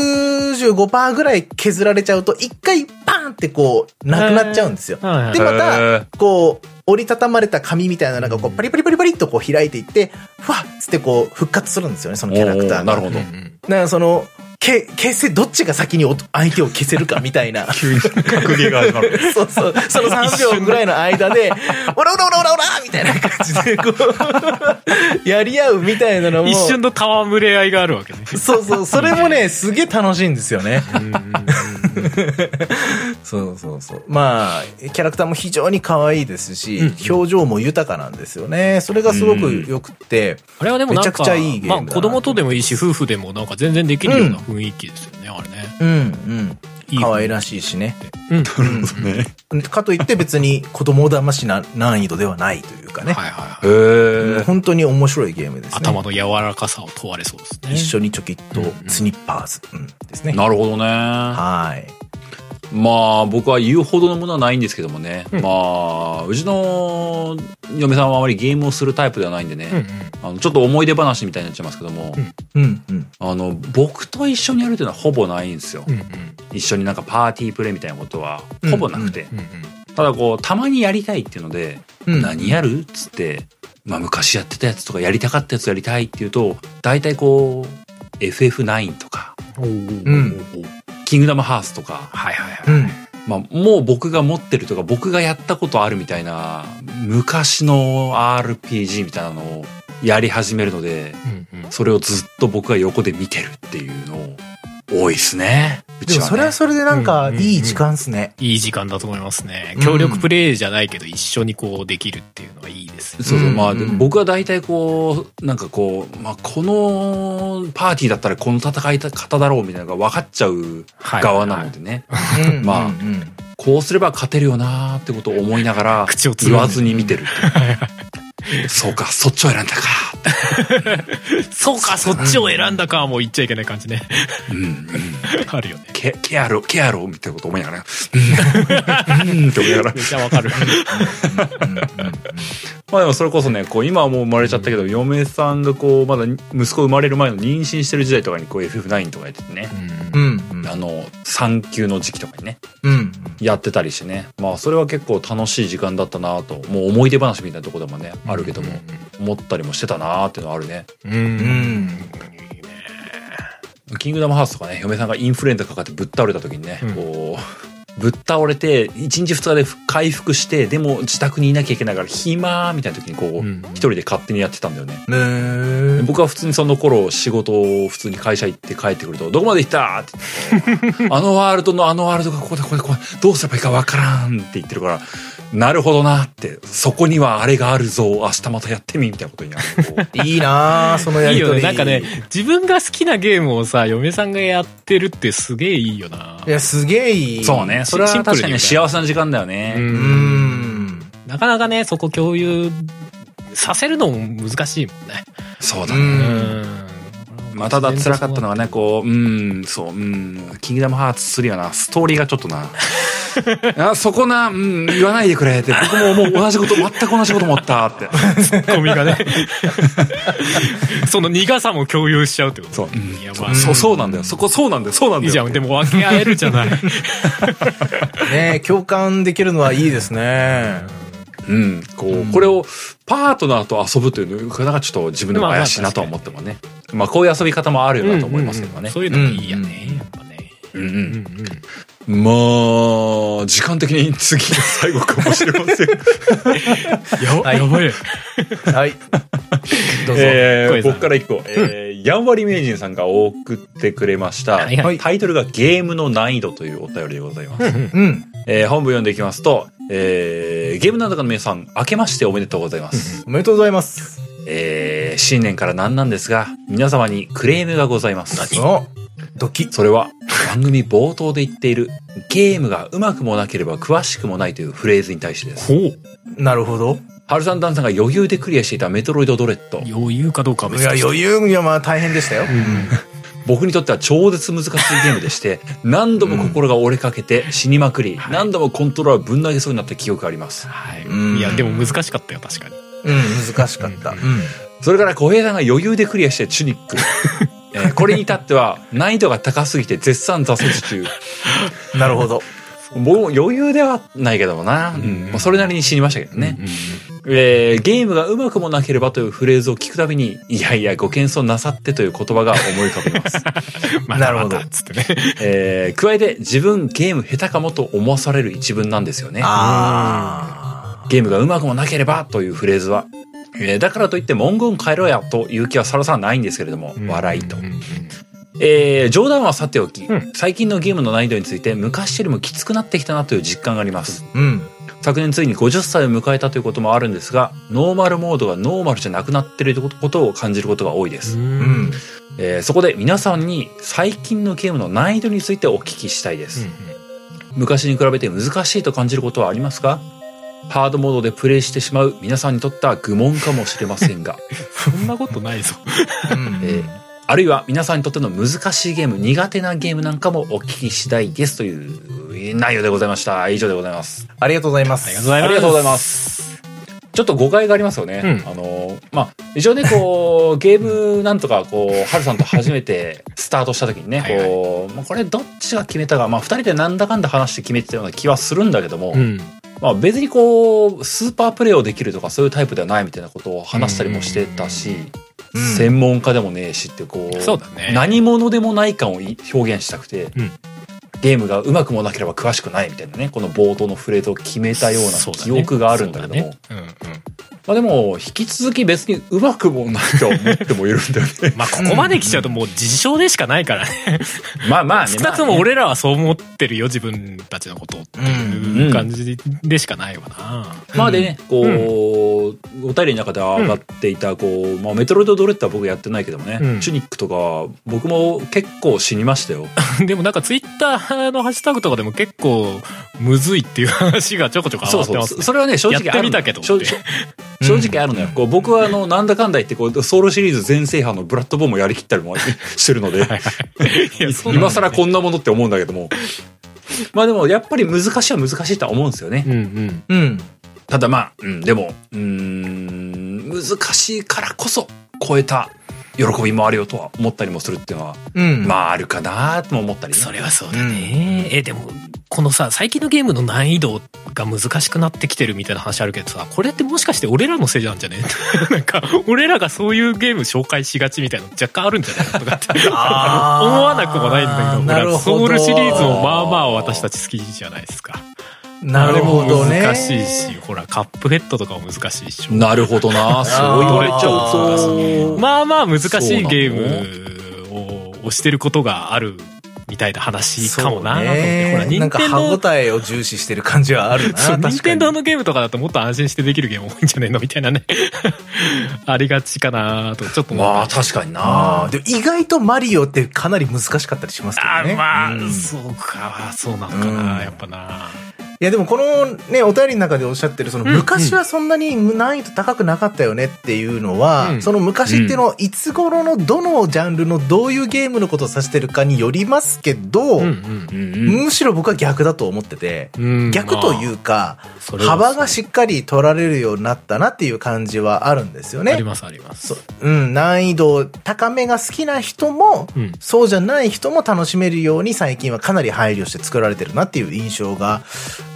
95%ぐらい削られちゃうと、一回パーンってこう、なくなっちゃうんですよ。
はいはい
で、ま
へ
た
ー、
こう、折りたたまれた紙みたいなのがこう、パリパリパリパリっとこう開いていって、ふわっつってこう、復活するんですよね、そのキャラクター
お
が。
なるほど、
うんうん
だからその、け、消せ、どっちが先にお相手を消せるかみた いな。
急に格ゲーが始まる
そうそう。その3秒ぐらいの間で、 オラオラオラオラオラみたいな感じで、こう、やり合うみたいなのも。
一瞬の戯れ合いがあるわけね。
そうそう。それもね、すげえ楽しいんですよね。
うんうんうん
そうそうそう。まあ、キャラクターも非常に可愛いですし、表情も豊かなんですよね。それがすごく良くて。
あれはでもなん
めちゃく
か
ちゃいいゲーム
ま
だ
あ
な
子供とでもいいし夫婦でもなんか全然できるような雰囲気ですよね、あれね。
うん、うん。
いい
可愛らしいしね。
うん。
ね
かといって別に子供だましな難易度ではないというかね。
はいはい
へ
はい。
ー
本当に面白いゲームですね。
頭の柔らかさを問われそうですね。
一緒にチョキッとスニッパーズ、うんですね。
なるほどね
はい。
まあ僕は言うほどのものはないんですけどもね、まあうちの嫁さんはあまりゲームをするタイプではないんでね、
うんうん。
あのちょっと思い出話みたいになっちゃいますけども、
うん
うんうん。
あの僕と一緒にやるっていうのはほぼないんですよ、
うんうん
一緒になんかパーティープレイみたいなことはほぼなくて、
うんうん。
ただこうたまにやりたいっていうので、
うん
何やるっつって、まあ、昔やってたやつとかやりたかったやつやりたいっていうと大体こう FF9 とか
おー
うん
キングダムハーツとか
はいはいはい。
うん。
まあ、もう僕が持ってるとか僕がやったことあるみたいな昔の RPG みたいなのをやり始めるので
うんうん
それをずっと僕が横で見てるっていうの多いっすねう
で
ちは、
も
ね、
それはそれでなんかいい時間っすね。
いい時間だと思いますね
う。ん
協力プレイじゃないけど、一緒にこうできるっていうのはいいですよね。
そうそう、
うん
まあ、
うん
でも僕は大体こう、なんかこう、まあ、このパーティーだったらこの戦い方だろうみたいなのが分かっちゃう
はい
側なのでね、
うんうん
まあ
うん
こうすれば勝てるよなーってことを思いながら、
口をつぐ
言
んで
わずに見てるっていう。そうか、そっちを選んだか。
そうか、そっちを選んだかも言っちゃいけない感じね。
うん、うん。
あるよね。
ケケアロ、ケアロみたいなこと思いながら。うん、うんって思いながら
め。っちゃわかる。
まあでもそれこそね、こう今はもう生まれちゃったけど、嫁さんがこう、まだ息子生まれる前の妊娠してる時代とかにこう FF9 とかやっててね、
うんうん
あの、産休の時期とかにね、
うん
やってたりしてね。まあそれは結構楽しい時間だったなと、もう思い出話みたいなとこでもね、あるけども、思ったりもしてたなっていうのはあるね。
うん。うん
う。ん
キングダムハウスとかね、嫁さんがインフルエンザかかってぶっ倒れた時にね、
うん
こう、ぶっ倒れて、1日2日で回復して、でも自宅にいなきゃいけないから、暇みたいな時にこう、一、
うん
人で勝手にやってたんだよね。
ねえ
僕は普通にその頃仕事を普通に会社行って帰ってくると「どこまで行った?」って言って あのワールドのあのワールドがここでここでここでどうすればいいかわからん」って言ってるから「なるほどな」って「そこにはあれがあるぞ明日またやってみ」みたいなことになるこう
いいなあそのや
いい
り
よ
と
ね。
り
なんかね、自分が好きなゲームをさ、嫁さんがやってるってすげえいいよな。
いやすげえい い
そうねそれは確かにね
シンプルに言
幸
う
せな時間だよね、
う
うん。
ん
なかなかね、そこ共有させるのも難しいもんね。
そう
う
だね、
ん
まあ、ただ辛かったのはね、こう、うん、そう、うん、キングダムハーツ3はな、ストーリーがちょっと な、あそこな、うん、言わないでくれって、僕ももう同じこと、全く同じこと思ったって。
ゴミ がね。その苦さも共有しちゃうってこと
そううん
いや、
そ
まあ
う、そうそうなんだよ。そこそうなんだよ。そうなんだよ。
いいじゃん。でも分け合えるじゃない。
ねえ共感できるのはいいですね
うん。こう、これをパートナーと遊ぶというのが、なんかちょっと自分でも怪しいなとは思ってもね。まあ、こういう遊び方もあるよなと思いますけどね。
そういうのいいやね。やっぱね。
うんう
うん
ん。
うん。
まあ、時間的に次が最後かもしれま せん。
ややばい。
はいどうぞ、
え
小
ー、
枝さん
僕から一個、えー、やんわり名人さんが送ってくれました。
はいはい
タイトルがゲームの難易度というお便りでございます。
うん
えー、本文読んでいきますと、えー、ゲームなんとかの皆さん、明けましておめでとうございます。
おめでとうございます
えー、新年から何なんですが、皆様にクレームがございます。
おドキ
それは、番組冒頭で言っている、ゲームがうまくもなければ詳しくもないというフレーズに対してです。
ほう。
なるほど
ハルさん、ダンさんが余裕でクリアしていたメトロイドドレッド。
余裕かどうかはい
や余裕いやまあ大変でしたよ、
僕にとっては超絶難しいゲームでして、何度も心が折れかけて死にまくり、何度もコントローラーぶん投げそうになった記憶があります。
うん
い。いや、でも難しかったよ、確かに。
うん、難しかった。
うん
それから小平さんが余裕でクリアしてチュニッ ク。えーこれに至っては難易度が高すぎて絶賛挫折中。
なるほど。
僕も余裕ではないけどもな。うんまあそれなりに死にましたけどね。えーゲームがうまくもなければというフレーズを聞くたびに、いやいや、ご謙遜なさってという言葉が思い浮かび ます。
ま
な
だ
るほ
ま
ど
だっつってね。
えー加えて自分ゲーム下手かもと思わされる一文なんですよね。
あ
ゲームがうまくもなければというフレーズは、えーだからといって文言変えろやという気はさらさらないんですけれども、笑いと。
うんうんうん
えー冗談はさておき、
うん
最近のゲームの難易度について昔よりもきつくなってきたなという実感があります。
ー。うん。
昨年ついに50歳を迎えたということもあるんですが、ノーマルモードがノーマルじゃなくなっていることを感じることが多いです。
う
うん
ん。
えーそこで皆さんに最近のゲームの難易度についてお聞きしたいです。昔に比べて難しいと感じることはありますかハードモードでプレイしてしまう皆さんにとっては愚問かもしれませんが、
そんなことないぞ。
えーあるいは皆さんにとっての難しいゲーム、苦手なゲームなんかもお聞き次第ですという内容でございました。以上でございます。
ありがとうございます。
ありがとうございます。
ありがとうございます。ちょっと誤解がありますよね。
うん
あの、まあ、一応ね、 こう、ゲームなんとか、こう、ハルさんと初めてスタートした時にね、
はいはい
こう、まあこれどっちが決めたか、まあ、二人でなんだかんだ話して決めてたような気はするんだけども、
うん。
まあ、別にこうスーパープレイをできるとかそういうタイプではないみたいなことを話したりもしてたし、
うん
専門家でもねえしってこう
そうだね
何者でもない感をい表現したくて、
うん
ゲームがうまくもなければ詳しくないみたいなねこの冒頭のフレーズを決めたような
そうだ
記
ね
憶があるんだけども、
そうだねうんうん
まあ、でも引き続き別にうまくもないとは思ってもいるんだよ ね
まあ、ここまで来ちゃうともう自称でしかないからね。
まあまあね
少なくとも俺らはそう思ってるよ、自分たちのことっていう感じでしかないわな。
まあでね、こう、お便りの中で上がっていた、こう、まあ、メトロイドドレッドは僕やってないけどもね、
うん
チュニックとか、僕も結構死にましたよ。
でもなんかツイッターのハッシュタグとかでも結構むずいっていう話がちょこちょこ上
そ
が
う そう。
ってますね。
それはね、正直ある
やってみたけどって
正直正直あるのよ、こう僕はあのなんだかんだ言ってこうソウルシリーズ全制覇のブラッドボーンもやりきったり もしてるので
いやそうなん
今
だ
更こんなものって思うんだけどもまあでもやっぱり難しいは難しいとは思うんですよね
うんうん
うん。
ただまあ、うん、でもうーん難しいからこそ超えた喜びもあるよとは思ったりもするっていうのは、
うん。
まああるかなとも思ったりね
それはそうだね、えでもこのさ最近のゲームの難易度が難しくなってきてるみたいな話あるけどさこれってもしかして俺らのせいなんじゃね なんか俺らがそういうゲーム紹介しがちみたいなの若干あるんじゃないかとかって
あー
思わなくもないんだけど
な
ほ
る
ら
ほ
ソ
ど
ウルシリーズもまあまあ私たち好きじゃないですか
なるほどね。
あれも難しいしほらカップヘッドとかも難しいでしょ
なるほどなそう言われちゃうと
まあまあ難し
そうないの
ゲームををしてることがあるみたいな話かもなと思って、ほら
なん
任
か
天
歯
堂
応えを重視してる感じはあるな。
そう
確かに
任天堂のゲームとかだともっと安心してできるゲーム多いんじゃねえのみたいなねありがちかなとちょっと思
ま
っ
あ確かに
あ
な
あ、でも意外とマリオってかなり難しかったりします け
たあ
どね。
ーまあ、
うんい
そうかそうなのかな、
うん
やっぱな
やでもこのね、お便りの中でおっしゃってる、その
うん
昔はそんなに難易度高くなかったよねっていうのは、
うん
その昔っていうのはいつ頃のどのジャンルのどういうゲームのことを指してるかによりますけど、
うん
うん
むしろ僕は逆だと思ってて、
うん
逆というか、
それは
幅がしっかり取られるようになったなっていう感じはあるんですよ
あり
ね。
ますあります
そううん、難易度高めが好きな人も、
うん
そうじゃない人も楽しめるように最近はかなり配慮して作られてるなっていう印象が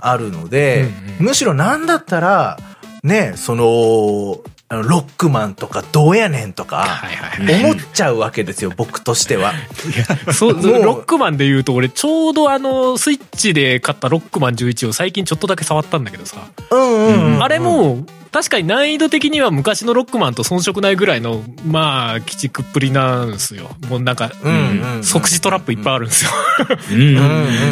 あるので、
うんうん
むしろなんだったら、ね、その、あのロックマンとかどうやねんとか、
はいはいはい
思っちゃうわけですよ、僕としては。
そう、
もう
ロックマンで言うと、俺ちょうどあの、スイッチで買ったロックマン11を最近ちょっとだけ触ったんだけどさ、
うんうんうん、
あれも、確かに難易度的には昔のロックマンと遜色ないぐらいの、まあ、鬼畜っぷりなんすよ。もうなんか、
うんうんうん
即死トラップいっぱいあるんですよ。
うん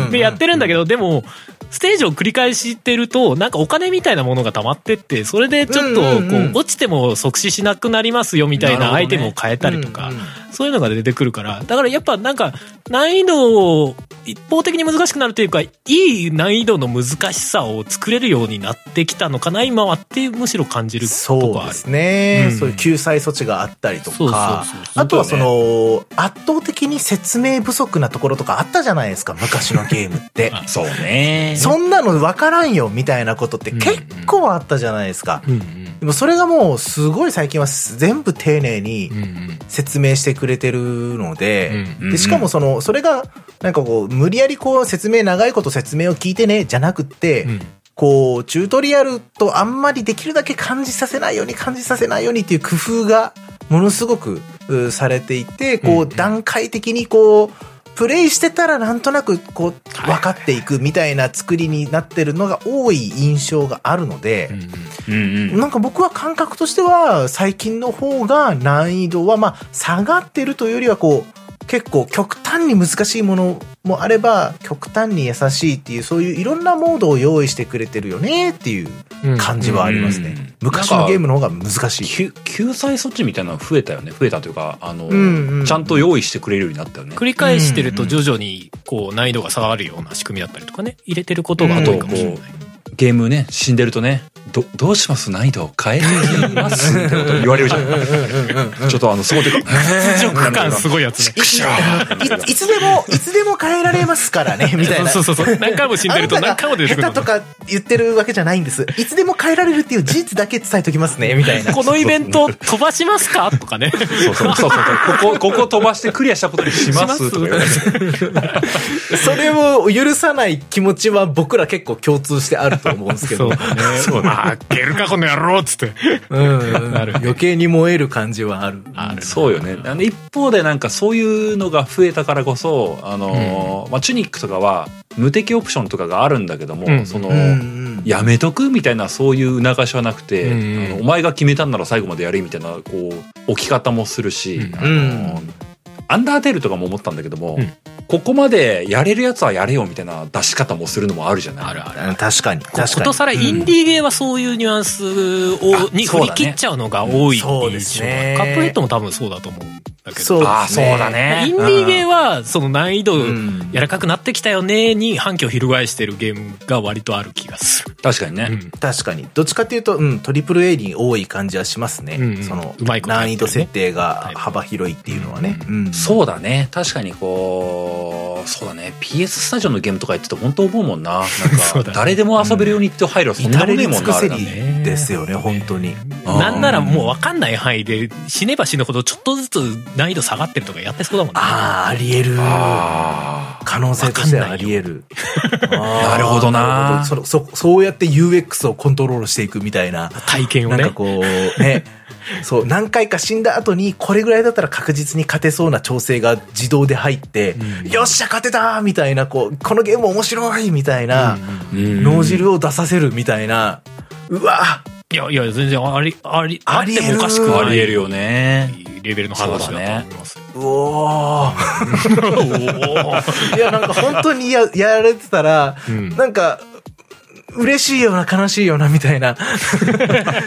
うん
で、やってるんだけど、でも、ステージを繰り返してると、なんかお金みたいなものが溜まってって、それでちょっと、こ
うんうんうん
う、落ちても即死しなくなりますよみたい
なるほ
な
ど
ア
ね
イテムを変えたりとか
うんうん、
そういうのが出てくるから、だからやっぱなんか、難易度を一方的に難しくなるというか、いい難易度の難しさを作れるようになってきたのかな、今はって、むしろ感じるとこ
そう
はあ
で
る。
すね、
うん
そういう救済措置があったりと
そうそう
か
そうそう
あとはその圧倒的に説明不足なところとかあったじゃないですか昔のゲームって
そうね
そんなの分からんよみたいなことって結構あったじゃないですか、
うんうん。
でもそれがもうすごい最近は全部丁寧に
うんうん。
説明してくれてるので、
うん
でしかもそのそれがなんかこう無理やりこう説明長いこと説明を聞いてねじゃなくって、
うん。
こう、チュートリアルとあんまりできるだけ感じさせないように感じさせないようにっていう工夫がものすごくうされていて、こ
うん
う、段階的にこう、プレイしてたらなんとなくこう、分かっていくみたいな作りになってるのが多い印象があるので
う、んうん。
うんうん
なんか僕は感覚としては最近の方が難易度はまあ下がってるというよりはこう結構極端に難しいものもあれば極端に優しいっていうそういういろんなモードを用意してくれてるよねっていう
うん
感じはありますね、
うん
昔のゲームの方が難しい
救救済措置みたいなの増えたよね増えたというかあの、
んうん
ちゃんと用意してくれるようになったよね
繰り返してると徐々にこう難易度が下がるような仕組みだったりとかね入れてることが多いかもしれない、
ゲームね死んでるとねどどうします難易度変え てみますってこと言われるじゃんちょっとあのそこで
屈辱感すごいやつね
くしゃ
いいつでもいつでも変えられますからねみたいな
そうそうそう何回も死んでると
あな
何
た
回も
が
出てく
下
る
手とか言ってるわけじゃないんですいつでも変えられるっていう事実だけ伝えときますねみたいな
このイベント飛ばしますかとかね
そうそうそうそうここここ飛ばしてクリアしたことにしますとか言われて
それを許さない気持ちは僕ら結構共通してあると思うんです け
そ
ど
う。だねそうまあゲルかこの野郎っつって
うんうん
なるね
余計に燃える感じはある。
ある
そうよね。あの一方でなんかそういうのが増えたからこそ、あのーまあ、チュニックとかは無敵オプションとかがあるんだけども、
うん
その、
うんうん
やめとくみたいなそういう促しはなくて、
うんうん
あのお前が決めたんなら最後までやれみたいなこう置き方もするし、
うん
あのアンダーテールとかも思ったんだけども、
うん
ここまでやれるやつはやれよみたいな出し方もするのもあるじゃない
あるある
うん確かに。確か
こ
に。
ことさらインディーゲーはそういうニュアンスを
あ
に
そう
振
だね
り切っちゃうのが多いっていう印象が
うんそうですね
カップヘッドも多分そうだと思うんだけど
そう
ああそうだ
イ
ね
ンディーゲーはその難易度
うん
柔らかくなってきたよねに反響を翻してるゲームが割とある気がする
確かにね。
うん
確かに。どっちかっていうと、うん、トリプル A に多い感じはしますね。
うんうん
その
うまい、ことやってるね
難易度設定が幅広いっていうのはね。うん。
そうだね。確かにこう、そうだね。PS スタジオのゲームとかやってて本当思うもんな。な
そ
ん
う
か
だ、ね
誰でも遊べるようにって配慮はそんな
至
も
れ
んねえ
り
も
尽
ん
く
な。あれ
せ
なん
り
て
ですよね、本当
う
に。
ん
なんならもう分かんない範囲で死ねば死ぬほどちょっとずつ難易度下がってるとかやってそうだもんね
ああ、ありえる。
あ
可能性としてはあり得る。
な
な
るほどな
るほどそそそうやって UX をコントロールしていくみたいな。
体験を
なん
ね
かこう、ね。そう、何回か死んだ後に、これぐらいだったら確実に勝てそうな調整が自動で入って、よっしゃ、勝てたーみたいな、こう、このゲーム面白いみたいな、
ーうん
脳汁を出させるみたいな、うわ
いやいや全然ありありあ
あ
っ
りえ
て
る
もおかしく
あ
はな
り
い
えるよね。
レベルの話だと思います、
うおー
おー
いや、なんか本当にや、やられてたら、
うん
なんか、嬉しいような悲しいようなみた いな。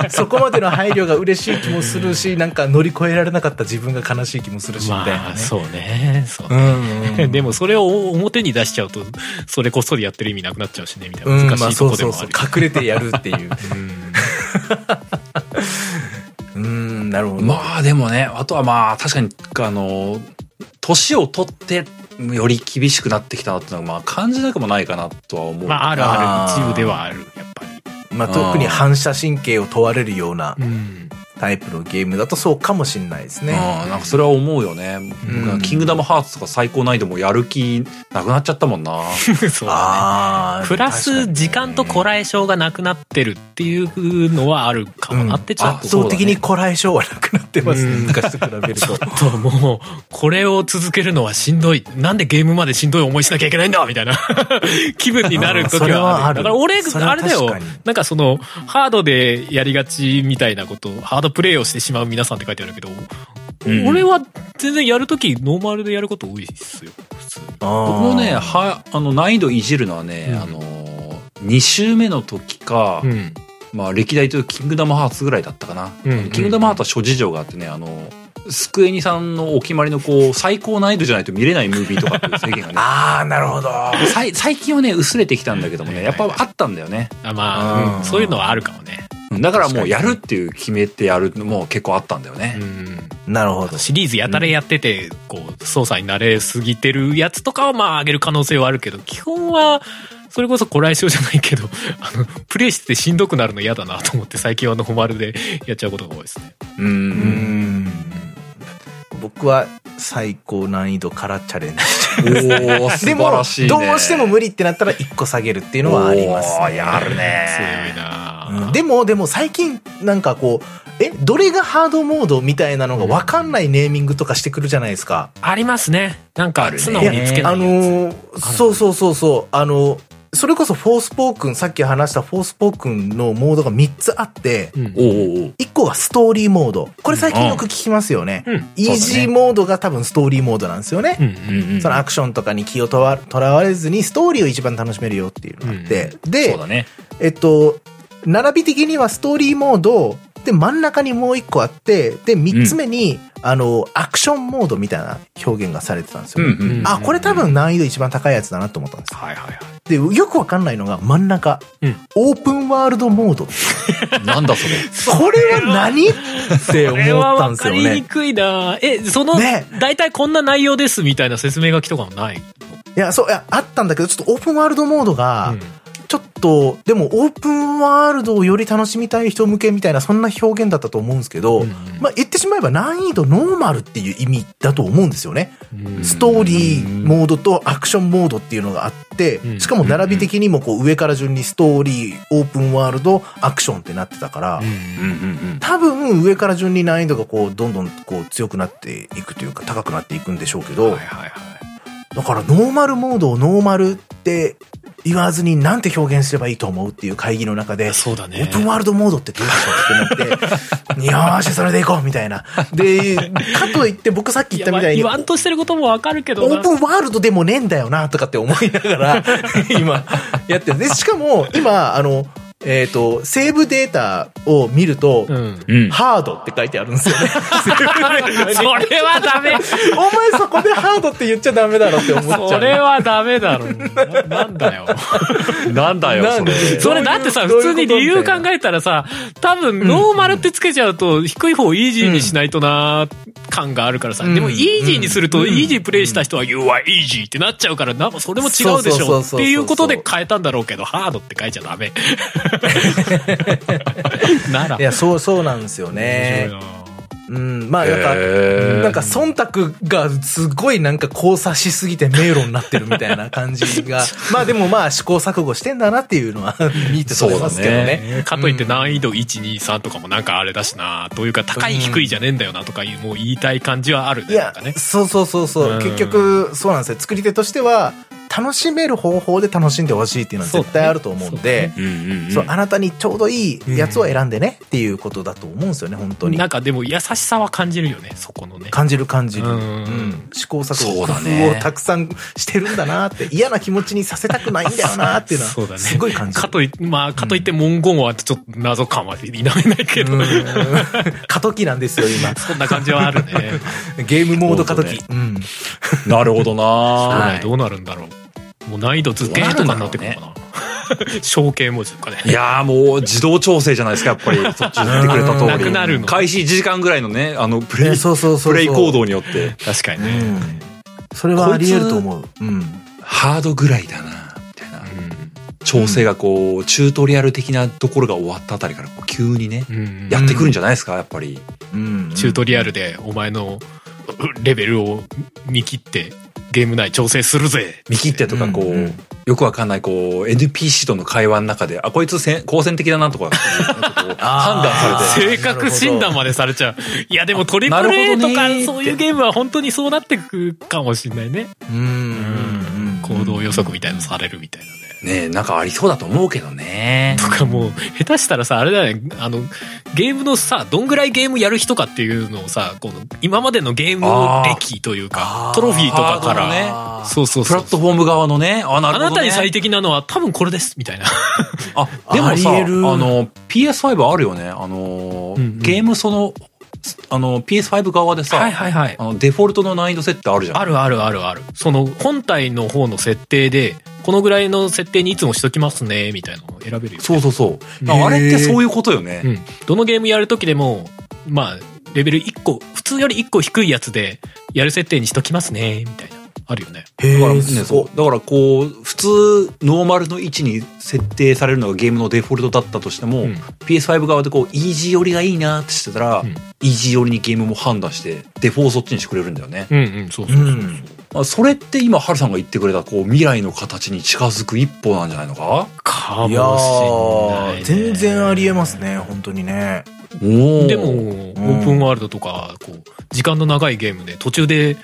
そこまでの配慮が嬉しい気もするし、なんか乗り越えられなかった自分が悲しい気もするし、みたいな、ね。
まあ そうねそうね
うんうん
でもそれを表に出しちゃうとそれこそでやってる意味なくなっちゃうしねみたい
うん
な難
ま
し
あ
い
そ
と
う
こで
そ
も
う
あ
そう
る、
隠れてやるっ ていう。うん、なるほど。
まあでもね、あとはまあ確かに、あの、年を取って、より厳しくなってきたなってのは、まあ感じなくもないかなとは思う。
まあある
あ
あ
ー
る一部ではあるやっぱり
まあ特に反射神経を問われるような
うん
タイプのゲームだとそうかもしれないですね。
うん、なんかそれは思うよね。僕はキングダムハーツとか最高難易度もやる気なくなっちゃったもん な。
そうだね
ああ。
プラス時間とこ
れ。
らえ性がなくなってるっていうのはあるかもなってちょっ
あ
と
圧
そう
倒
だね
的にこらえ性はなくなってますね。
うん
昔と比べると。
ちょっともう、これを続けるのはしんどい。なんでゲームまでしんどい思いしなきゃいけないんだみたいな 気分になる時
あーそれは
は
あ
あ
る
る。だから俺、
それは
あれだよ
確かに。
なんかその、ハードでやりがちみたいなこと、ハードプレイをしてしまう皆さんって書いてあるけど、
うん
俺は全然やるとき、ノーマルでやること多いっすよ。普通。
僕
僕
もね、は、あの難易度いじるのはね、
うん
あの、2周目の時か、
うん。
まあ歴代というキングダムハーツぐらいだったかな。
うん
キングダムハーツは諸事情があってね、あの、スクエニさんのお決まりのこう、最高難易度じゃないと見れないムービーとかっていう制限がね、
ああ、なるほど。
さい最近はね、薄れてきたんだけどもね、やっぱあったんだよね。
あまあ、
あー
うんそういうのはあるかもね。
だからもうやるっていう決めてやるのも結構あったんだよ
う
ね。
ん。
なるほど。
シリーズやたらやってて、こう、操作に慣れすぎてるやつとかは、まあ、上げる可能性はあるけど、基本は、それこそこらえ性じゃないけど、 あの、プレイしててしんどくなるの嫌だなと思って、最近はノーマルで やっちゃうことが多いですね。
うん。
うん。僕は最高難易度からチャレンジし
おー、素
て。
晴
でも、ど
ら
う
しい、ね。
しても無理ってなったら1個下げるっていうのはあります
おー
ね。
やる
強い
ね。
な、
うんでも、でも最近なんかこう、え、どれがハードモードみたいなのがわかんないネーミングとかしてくるじゃないですか。
ありますね。なん
あ
か
る、ね
素直につけ
あ
ないやつ。
のーそうそうそうそう、あのーそれこそフォースポークン、さっき話したフォースポークンのモードが3つあって、
うん
おーおー
1個がストーリーモード。これ最近よく聞きますよね。
うん
イージーモードが多分ストーリーモードなんですよね。
うん
うんうん。
そのアクションとかに気をとわとらわれずにストーリーを一番楽しめるよっていうのがあって。で
そう、だね。
えっと、並び的にはストーリーモード、で、真ん中にもう一個あって、で、三つ目に、あの、アクションモードみたいな表現がされてたんです
う
よ
ん
ね、
うん。
あ、これ多分難易度一番高いやつだなと思ったんですよ
はいはいはい。
で、よくわかんないのが真ん中、
うん
オープンワールドモード。
なんだそれ。
これは何って
こ
思
れは
ったん
分
です
か
よ
りに
ね。
くいなえ、その、
ね
大体こんな内容ですみたいな説明書きとかもない。
いや、そう、いや、あったんだけど、ちょっとオープンワールドモードが、
うん
ちょっと、でもオープンワールドをより楽しみたい人向けみたいな、そんな表現だったと思うんですけ
う
ど、
ん
まあ言ってしまえば難易度ノーマルっていう意味だと思うんですよね。
うん
ストーリーモードとアクションモードっていうのがあって
う、ん
しかも並び的にもこう上から順にストーリー、オープンワールド、アクションってなってたから、
うんうんうん。
多分上から順に難易度がこうどんどんこう強くなっていくというか高くなっていくんでしょうけど、
はいはいはい。
だからノーマルモードをノーマルって言わずになんて表現すればいいと思うっていう会議の中で、
そうだ
オ
ね
ープ。ンワールドモードってどうでしょうってな って、よーし、それで行こうみたいな。で、かといって僕さっき言ったみた
い
いに、
や
オ
まあ言わんとしてることもわかるけどな
ープンワールド でもねえんだよなとかって思いながら、今、やってる。で、しかも、今、あの、えっ、と、セーブデータを見ると、
うん。
うん。
ハードって書いてあるんですよね。
それはダメ
お前そこでハードって言っちゃダメだろって思っちゃう。
それはダメだろ。ななんだよ。
なんだよ、
な
そ
んで
れ。
それだってさ、
どう
普
いう
通に理由考えたらさ、多分ノーマルってつけちゃうと低い方をイージーにしないとな感があるからさ、
うん
でもイージーにするとイージープレイした人は You are easy ってなっちゃうから、なんかそれも違うでし
そうそうそうそう
ょ
そう
っていうことで変えたんだろうけど、ハードって書いちゃ ダメ。なら
い。や、そう、そうなんですよ
面
ね。
白いな
うん、まあ、なんか、
へー
なんか、忖度がすごいなんか交差しすぎて迷路になってるみたいな感 じが、まあでもまあ試行錯誤してんだなっていうのは見て取れますけどね。
えーかといって難易度123とかもなんかあれだしなというか高い
うん
低いじゃねえんだよなとかいうもう言いたい感じはある
い
ねなん
や
かね、
そうそうそうそう、
うん
結局、そうなんですよ。作り手としては、楽しめる方法で楽しんでほしいっていうのは絶対あると思うんで、
うんうんうん。
そう、あなたにちょうどいいやつを選んでねっていうことだと思うんですよね、本当に。
なんかでも優しさは感じるよねそこのね
感じる感じる。
う
うんん。試行錯
そ
誤
う
工
だね
夫をたくさんしてるんだなって、嫌な気持ちにさせたくないんだよなっていうの
そうだね
は、すごい感じ
か
る。
といまあかといって文言はちょっと謎感は否めないけど、
うん過渡期なんですよ、今。
そんな感じはある ね
ゲームモード過渡期
そ。
うん。
なるほど
将
な
来どうなるんだろうもう難易度図形とかになってくるのかな 象形文字とかね
いやーもう自動調整じゃないですか、やっぱ り。そっち言ってくれた通り。
なくなるの
開始1時間ぐらいのね、あの、プレイ、
ねそうそうそうそう
プレイ行動によって、
確かに
う
ね、
ん。それはあり得ると思う。うん。
ハードぐらいだな、みたいな。
うん
調整がこう、チュートリアル的なところが終わったあたりから、こう急にね、
うん
やってくるんじゃないですか、やっぱり。
うん。
チュートリアルでお前のうレベルを見切ってゲーム内調整するぜ
見切ってとか、こ
うんう、
うんよくわかんない、こう、NPC との会話の中で、あ、こいつせん好戦的だなとか、こう 判断されて。
性格診断までされちゃういやでもトリプ
な
ル
る
A
ほど
と
ね
か
って
そういうゲームは本当にそうなってくかもしんないね
うん。うん。
行動予測みたいのされるみたいなね
ねえ、なんかありそうだと思うけどね。
とかもう下手したらさあれだよねあのゲームのさどんぐらいゲームやる人かっていうのをさこの今までのゲーム歴という
あ
か
ー
トロフィーとかか
あーなる
ら
ほどね
そうそう
プ
そ
ラ
う
ットフォーム側のね、あ、なるほ
あ
ど、ね。
なたに最適なのは多分これですみたいな
あ、でもさ、あ
ありえる
の、PS5 あるよね。あの、
うんうん
ゲームその、あの、PS5 側でさ、
はいはいはい
あの、デフォルトの難易度設定あるじゃん。
あるあるあるある。その本体の方の設定で、このぐらいの設定にいつもしときますね、みたいなのを選べるよ。
そうそうそう。
へー
あれってそういうことよね。
うん。どのゲームやるときでも、まあ、レベル1個、普通より1個低いやつで、やる設定にしときますね、みたいな。あるよね。
へ
だからね、
え、すご
そ。
いう
だからこう、普通、ノーマルの位置に設定されるのがゲームのデフォルトだったとしても、
うん
PS5 側でこう、イージー寄りがいいなってしてたら、
うん
イージー寄りにゲームも判断して、デフォをそっちにしてくれるんだよね。
うんうん、そうそうう。
ん。
まあそれって今、ハルさんが言ってくれた、こう、未来の形に近づく一歩なんじゃないのか
かもし
い
ん
や
ない、
ー、全然ありえます。ね、本当にね。
おー
でも、オープンワールドとか、こう、時間の長いゲームで、途中で、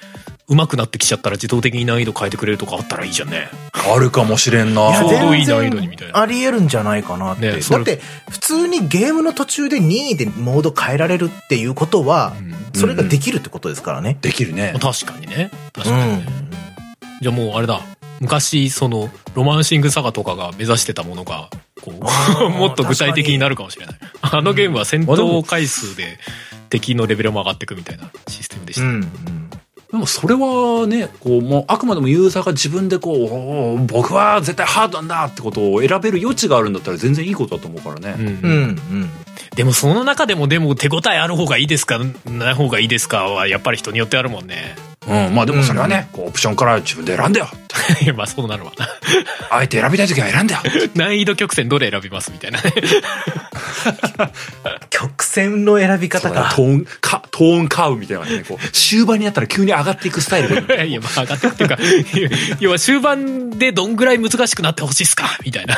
上手くなってきちゃったら自動的に難易度変えてくれるとかあったらいいじゃんね。
あるかもしれんな。
いや
ちょうどいい
全然
難易度にみたいな
ありえるんじゃないかなって、
ねそ
だ
れ
って普通にゲームの途中で任意でモード変えられるっていうことは、
うん。
それができるってことですからね
できるね
まあ。確かにね。確
う
かにね。
ん
じゃあもうあれだ昔そのロマンシングサガとかが目指してたものがこう
ー
もっと具体的になるかもしれないあのゲームは戦闘回数で敵のレベルも上がっていくみたいなシステムでし
う
た、
ん
でもそれはね、こう、もうあくまでもユーザーが自分でこう、おー僕は絶対ハードなんだってことを選べる余地があるんだったら全然いいことだと思うからね。
うん
うんうんうん
でもその中でもでも手応えある方がいいですかない方がいいですかはやっぱり人によってあるもんね
うん、まあでもそれはね、こう、オプションから自分で選んだよ。
いやまあそうなるわな
あえて選びたい時は選んだよ。
難易度曲線どれ選びますみたいな ね
曲線の選び方
そうだね
か
トーン、か、トーンカーブみたいなのがね、こう、終盤になったら急に上がっていくスタイ ルがいい。
いやまあ上がっていくっていうか いや要は終盤でどんぐらい難しくなってほしいっすかみたいな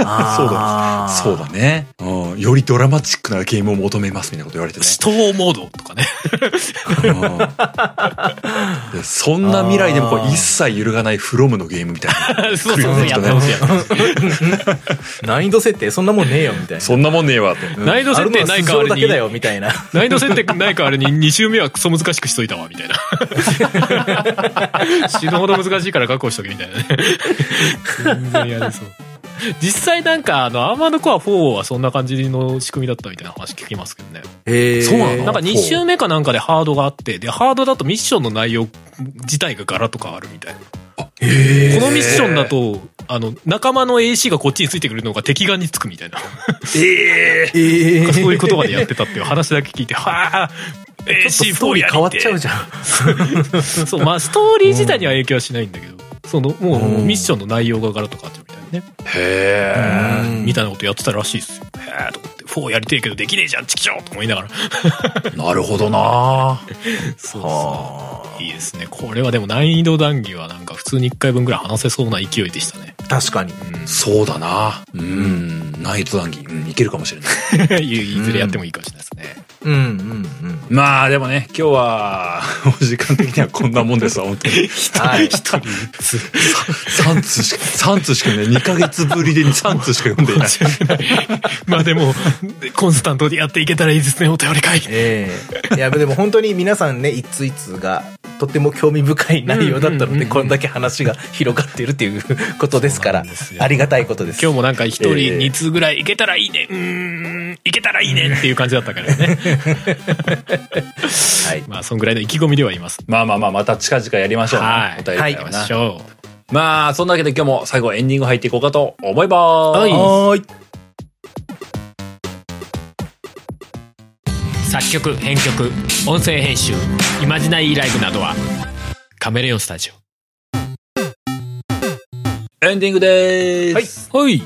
あー
そうだね。うん、よりドラマチックなゲームを求めますみたいなこと言われてね。
死闘モードとかね
うんでそんな未来でもこう
あー
一切揺るがないフロムのゲームみたいな。
そうそうそう、やってほしいや ってほしい。
難易度設定そんなもんねえよみたいな
そんなもんねえわと。
うん
難易度設定ない代わりに
あるのは素性 だけだよみたいな
難易度設定ないかあれに2周目はクソ難しくしといたわ、みたいな。 死ぬほど難しいから確保しとけ、みたいなね。全然やれそう。実際なんかあのアーマードコア4はそんな感じの仕組みだったみたいな話聞きますけどね
へえ。そうなの
なんか2周目かなんかでハードがあってでハードだとミッションの内容自体がガラッと変わるみたいな
へ
このミッションだとあの仲間の AC がこっちについてくるのが敵側につくみたいな
ええ。
え
なんかそういう言葉でやってたっていう話だけ 聞いてはあ
ちょっとスト
AC4
ーリ
や
ー
りて
変わっちゃうじゃん。
そうまあストーリー自体には影響はしないんだけど、そのもうミッションの内容がガラッと変わっちゃうみたいなね
へ
うん
みたいなことやってたらしいですよ。へえと思って、4やりてえけどできねえじゃん、チキショーと思いながら。
え。なるほどな
そう
は
そう。いいですね。これはでも難易度談義はなんか普通に1回分ぐらい話せそうな勢いでしたね。
確かに。
そうだなうん。ナイト談義、うん、いけるかもしれない。
うん。いいずれやってもいいかもしれないですね。
うんうんうん。
まあでもね、今日は、お時間的にはこんなもんですわ、本当に。
はい。
3通しか、三通しかね、2ヶ月ぶりで3通しか読んでいない。
まあでも、 コンスタントにやっていけたらいいですね、お便り会。
ええいや、でも本当に皆さんね、一通一通が、とっても興味深い内容だった
うんうんう
の
んう
で、
ん
こんだけ話が広がっているっていうことですから
そうなんです、よ
ありがたいことです。
今日もなんか一人
ええ
2通ぐらいいけたらいいね、うーん、いけたらいいねっていう感じだったからね。
はい。
まあそんぐらいの意気込みではいます。
まあまあまあ、また近々やりましょうね。
はい
お便り会は
ま
な
しょう。
まあ、そんなわけで今日も最後エンディング入っていこうかと思います。
はい
はーい。
作曲編曲音声編集イマジナイーライブなどはカメレオンスタジオ
エンディングでーす。
はいい
い、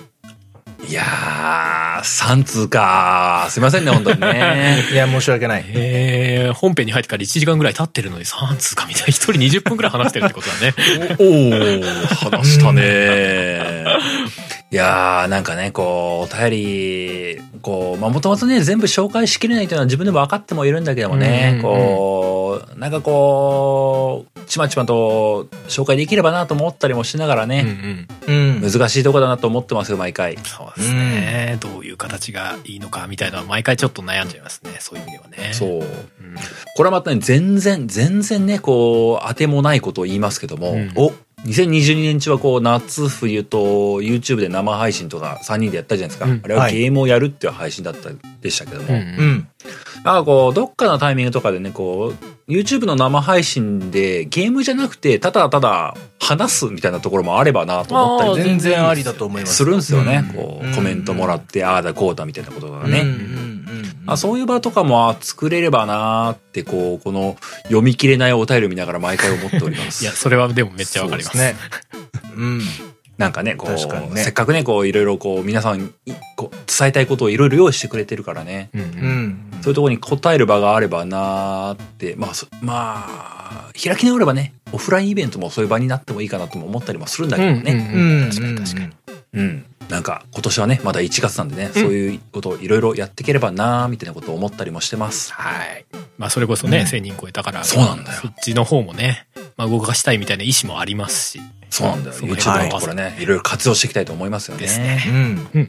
やー、3通かすいませんね、本当に ね。
いや、申し訳ない。
えー、本編に入ってから1時間ぐらい経ってるのに3通かみたいな1人20分ぐらい話してるってことだ ね
おー、話したね いやー、なんかね、こう、お便り、こう、まあ、もともとね、全部紹介しきれないというのは自分でも分かってもいるんだけどもね、
うんうんうん
こう、なんかこう、ちまちまと紹介できればなと思ったりもしながら
うんう
ね、
ん
うん。
難しいとこだなと思ってますよ、毎回。
そうですね、どういう形がいいのかみたいなのは毎回ちょっと悩んじゃいますねそういう意味ではね、
そうう。これはまたね、全然、全然ね、こう、当てもないことを言いますけども、
うん
お2022年中はこう、夏、冬と YouTube で生配信とか3人でやったじゃないですか。
うん
あれは
はい
ゲームをやるっていう配信だった、でしたけども。
うんう
うんん。
なんかこう、どっかのタイミングとかでね、こう、YouTube の生配信でゲームじゃなくて、ただただ話すみたいなところもあればなと思ったり
あー
全然ありだと思います。
するんですよね。
うん
こ
うん
う、コメントもらって、ああだこうだみたいなことがね。
うんうんうんうん
あそういう場とかもあ作れればなーってこうこの読み切れないお便りを見ながら毎回思っております
いやそれはでもめっちゃわかります
ね。 うん。
なんかねこ
確かに
う
ね
せっかくねこういろいろこう皆さんいこう伝えたいことをいろいろ用意してくれてるからね
うんう
うんん。
そういうところに答える場があればなーってまあそまあ開き直ればねオフラインイベントもそういう場になってもいいかなとも思ったりもするんだけどね、
うん
うん。
確かに確かに
うん。なんか今年はねまだ1月なんでね、そういうことをいろいろやっていければなーみたいなことを思ったりもしてます。
はい。まあ、それこそね、
うん
1000人超えたから、
そうなんだよ
そっちの方もね、まあ、動かしたいみたいな意思もありますし。
そうなんだよ。
そうね
YouTube のところね、いろいろ活用していきたいと思いますよね。
です
う
ね
ん。
うんうん。
うんうん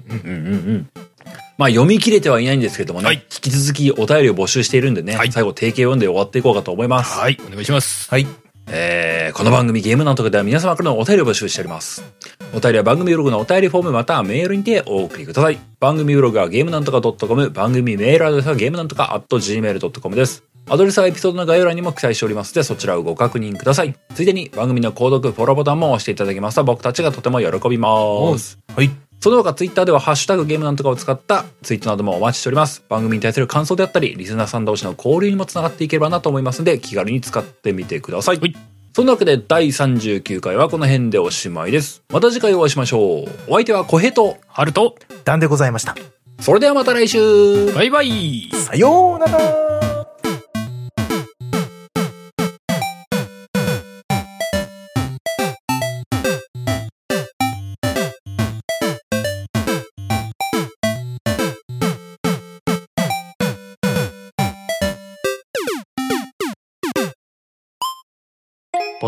うん。まあ読み切れてはいないんですけどもね、
はい
引き続きお便りを募集しているんでね、
はい
最後定型読んで終わっていこうかと思います。
はい。お願いします。
はい。
えーこの番組ゲームなんとかでは皆様からのお便りを募集しております。お便りは番組ブログのお便りフォームまたはメールにてお送りください。番組ブログはゲームなんとか .com、番組メールアドレスはゲームなんとか .gmail.com です。アドレスはエピソードの概要欄にも記載しておりますので、そちらをご確認ください。ついでに番組の購読、フォローボタンも押していただけますと僕たちがとても喜びます。
はい。
その他ツイッターではハッシュタグゲームなんとかを使ったツイートなどもお待ちしております。番組に対する感想であったり、リスナーさん同士の交流にもつながっていければなと思いますので、気軽に使ってみてください。
はい
そんなわけで第39回はこの辺でおしまいです。また次回お会いしましょう。お相手は小平と、
ハルト、
段でございました。
それではまた来週
バイバイ
さようなら。
ポ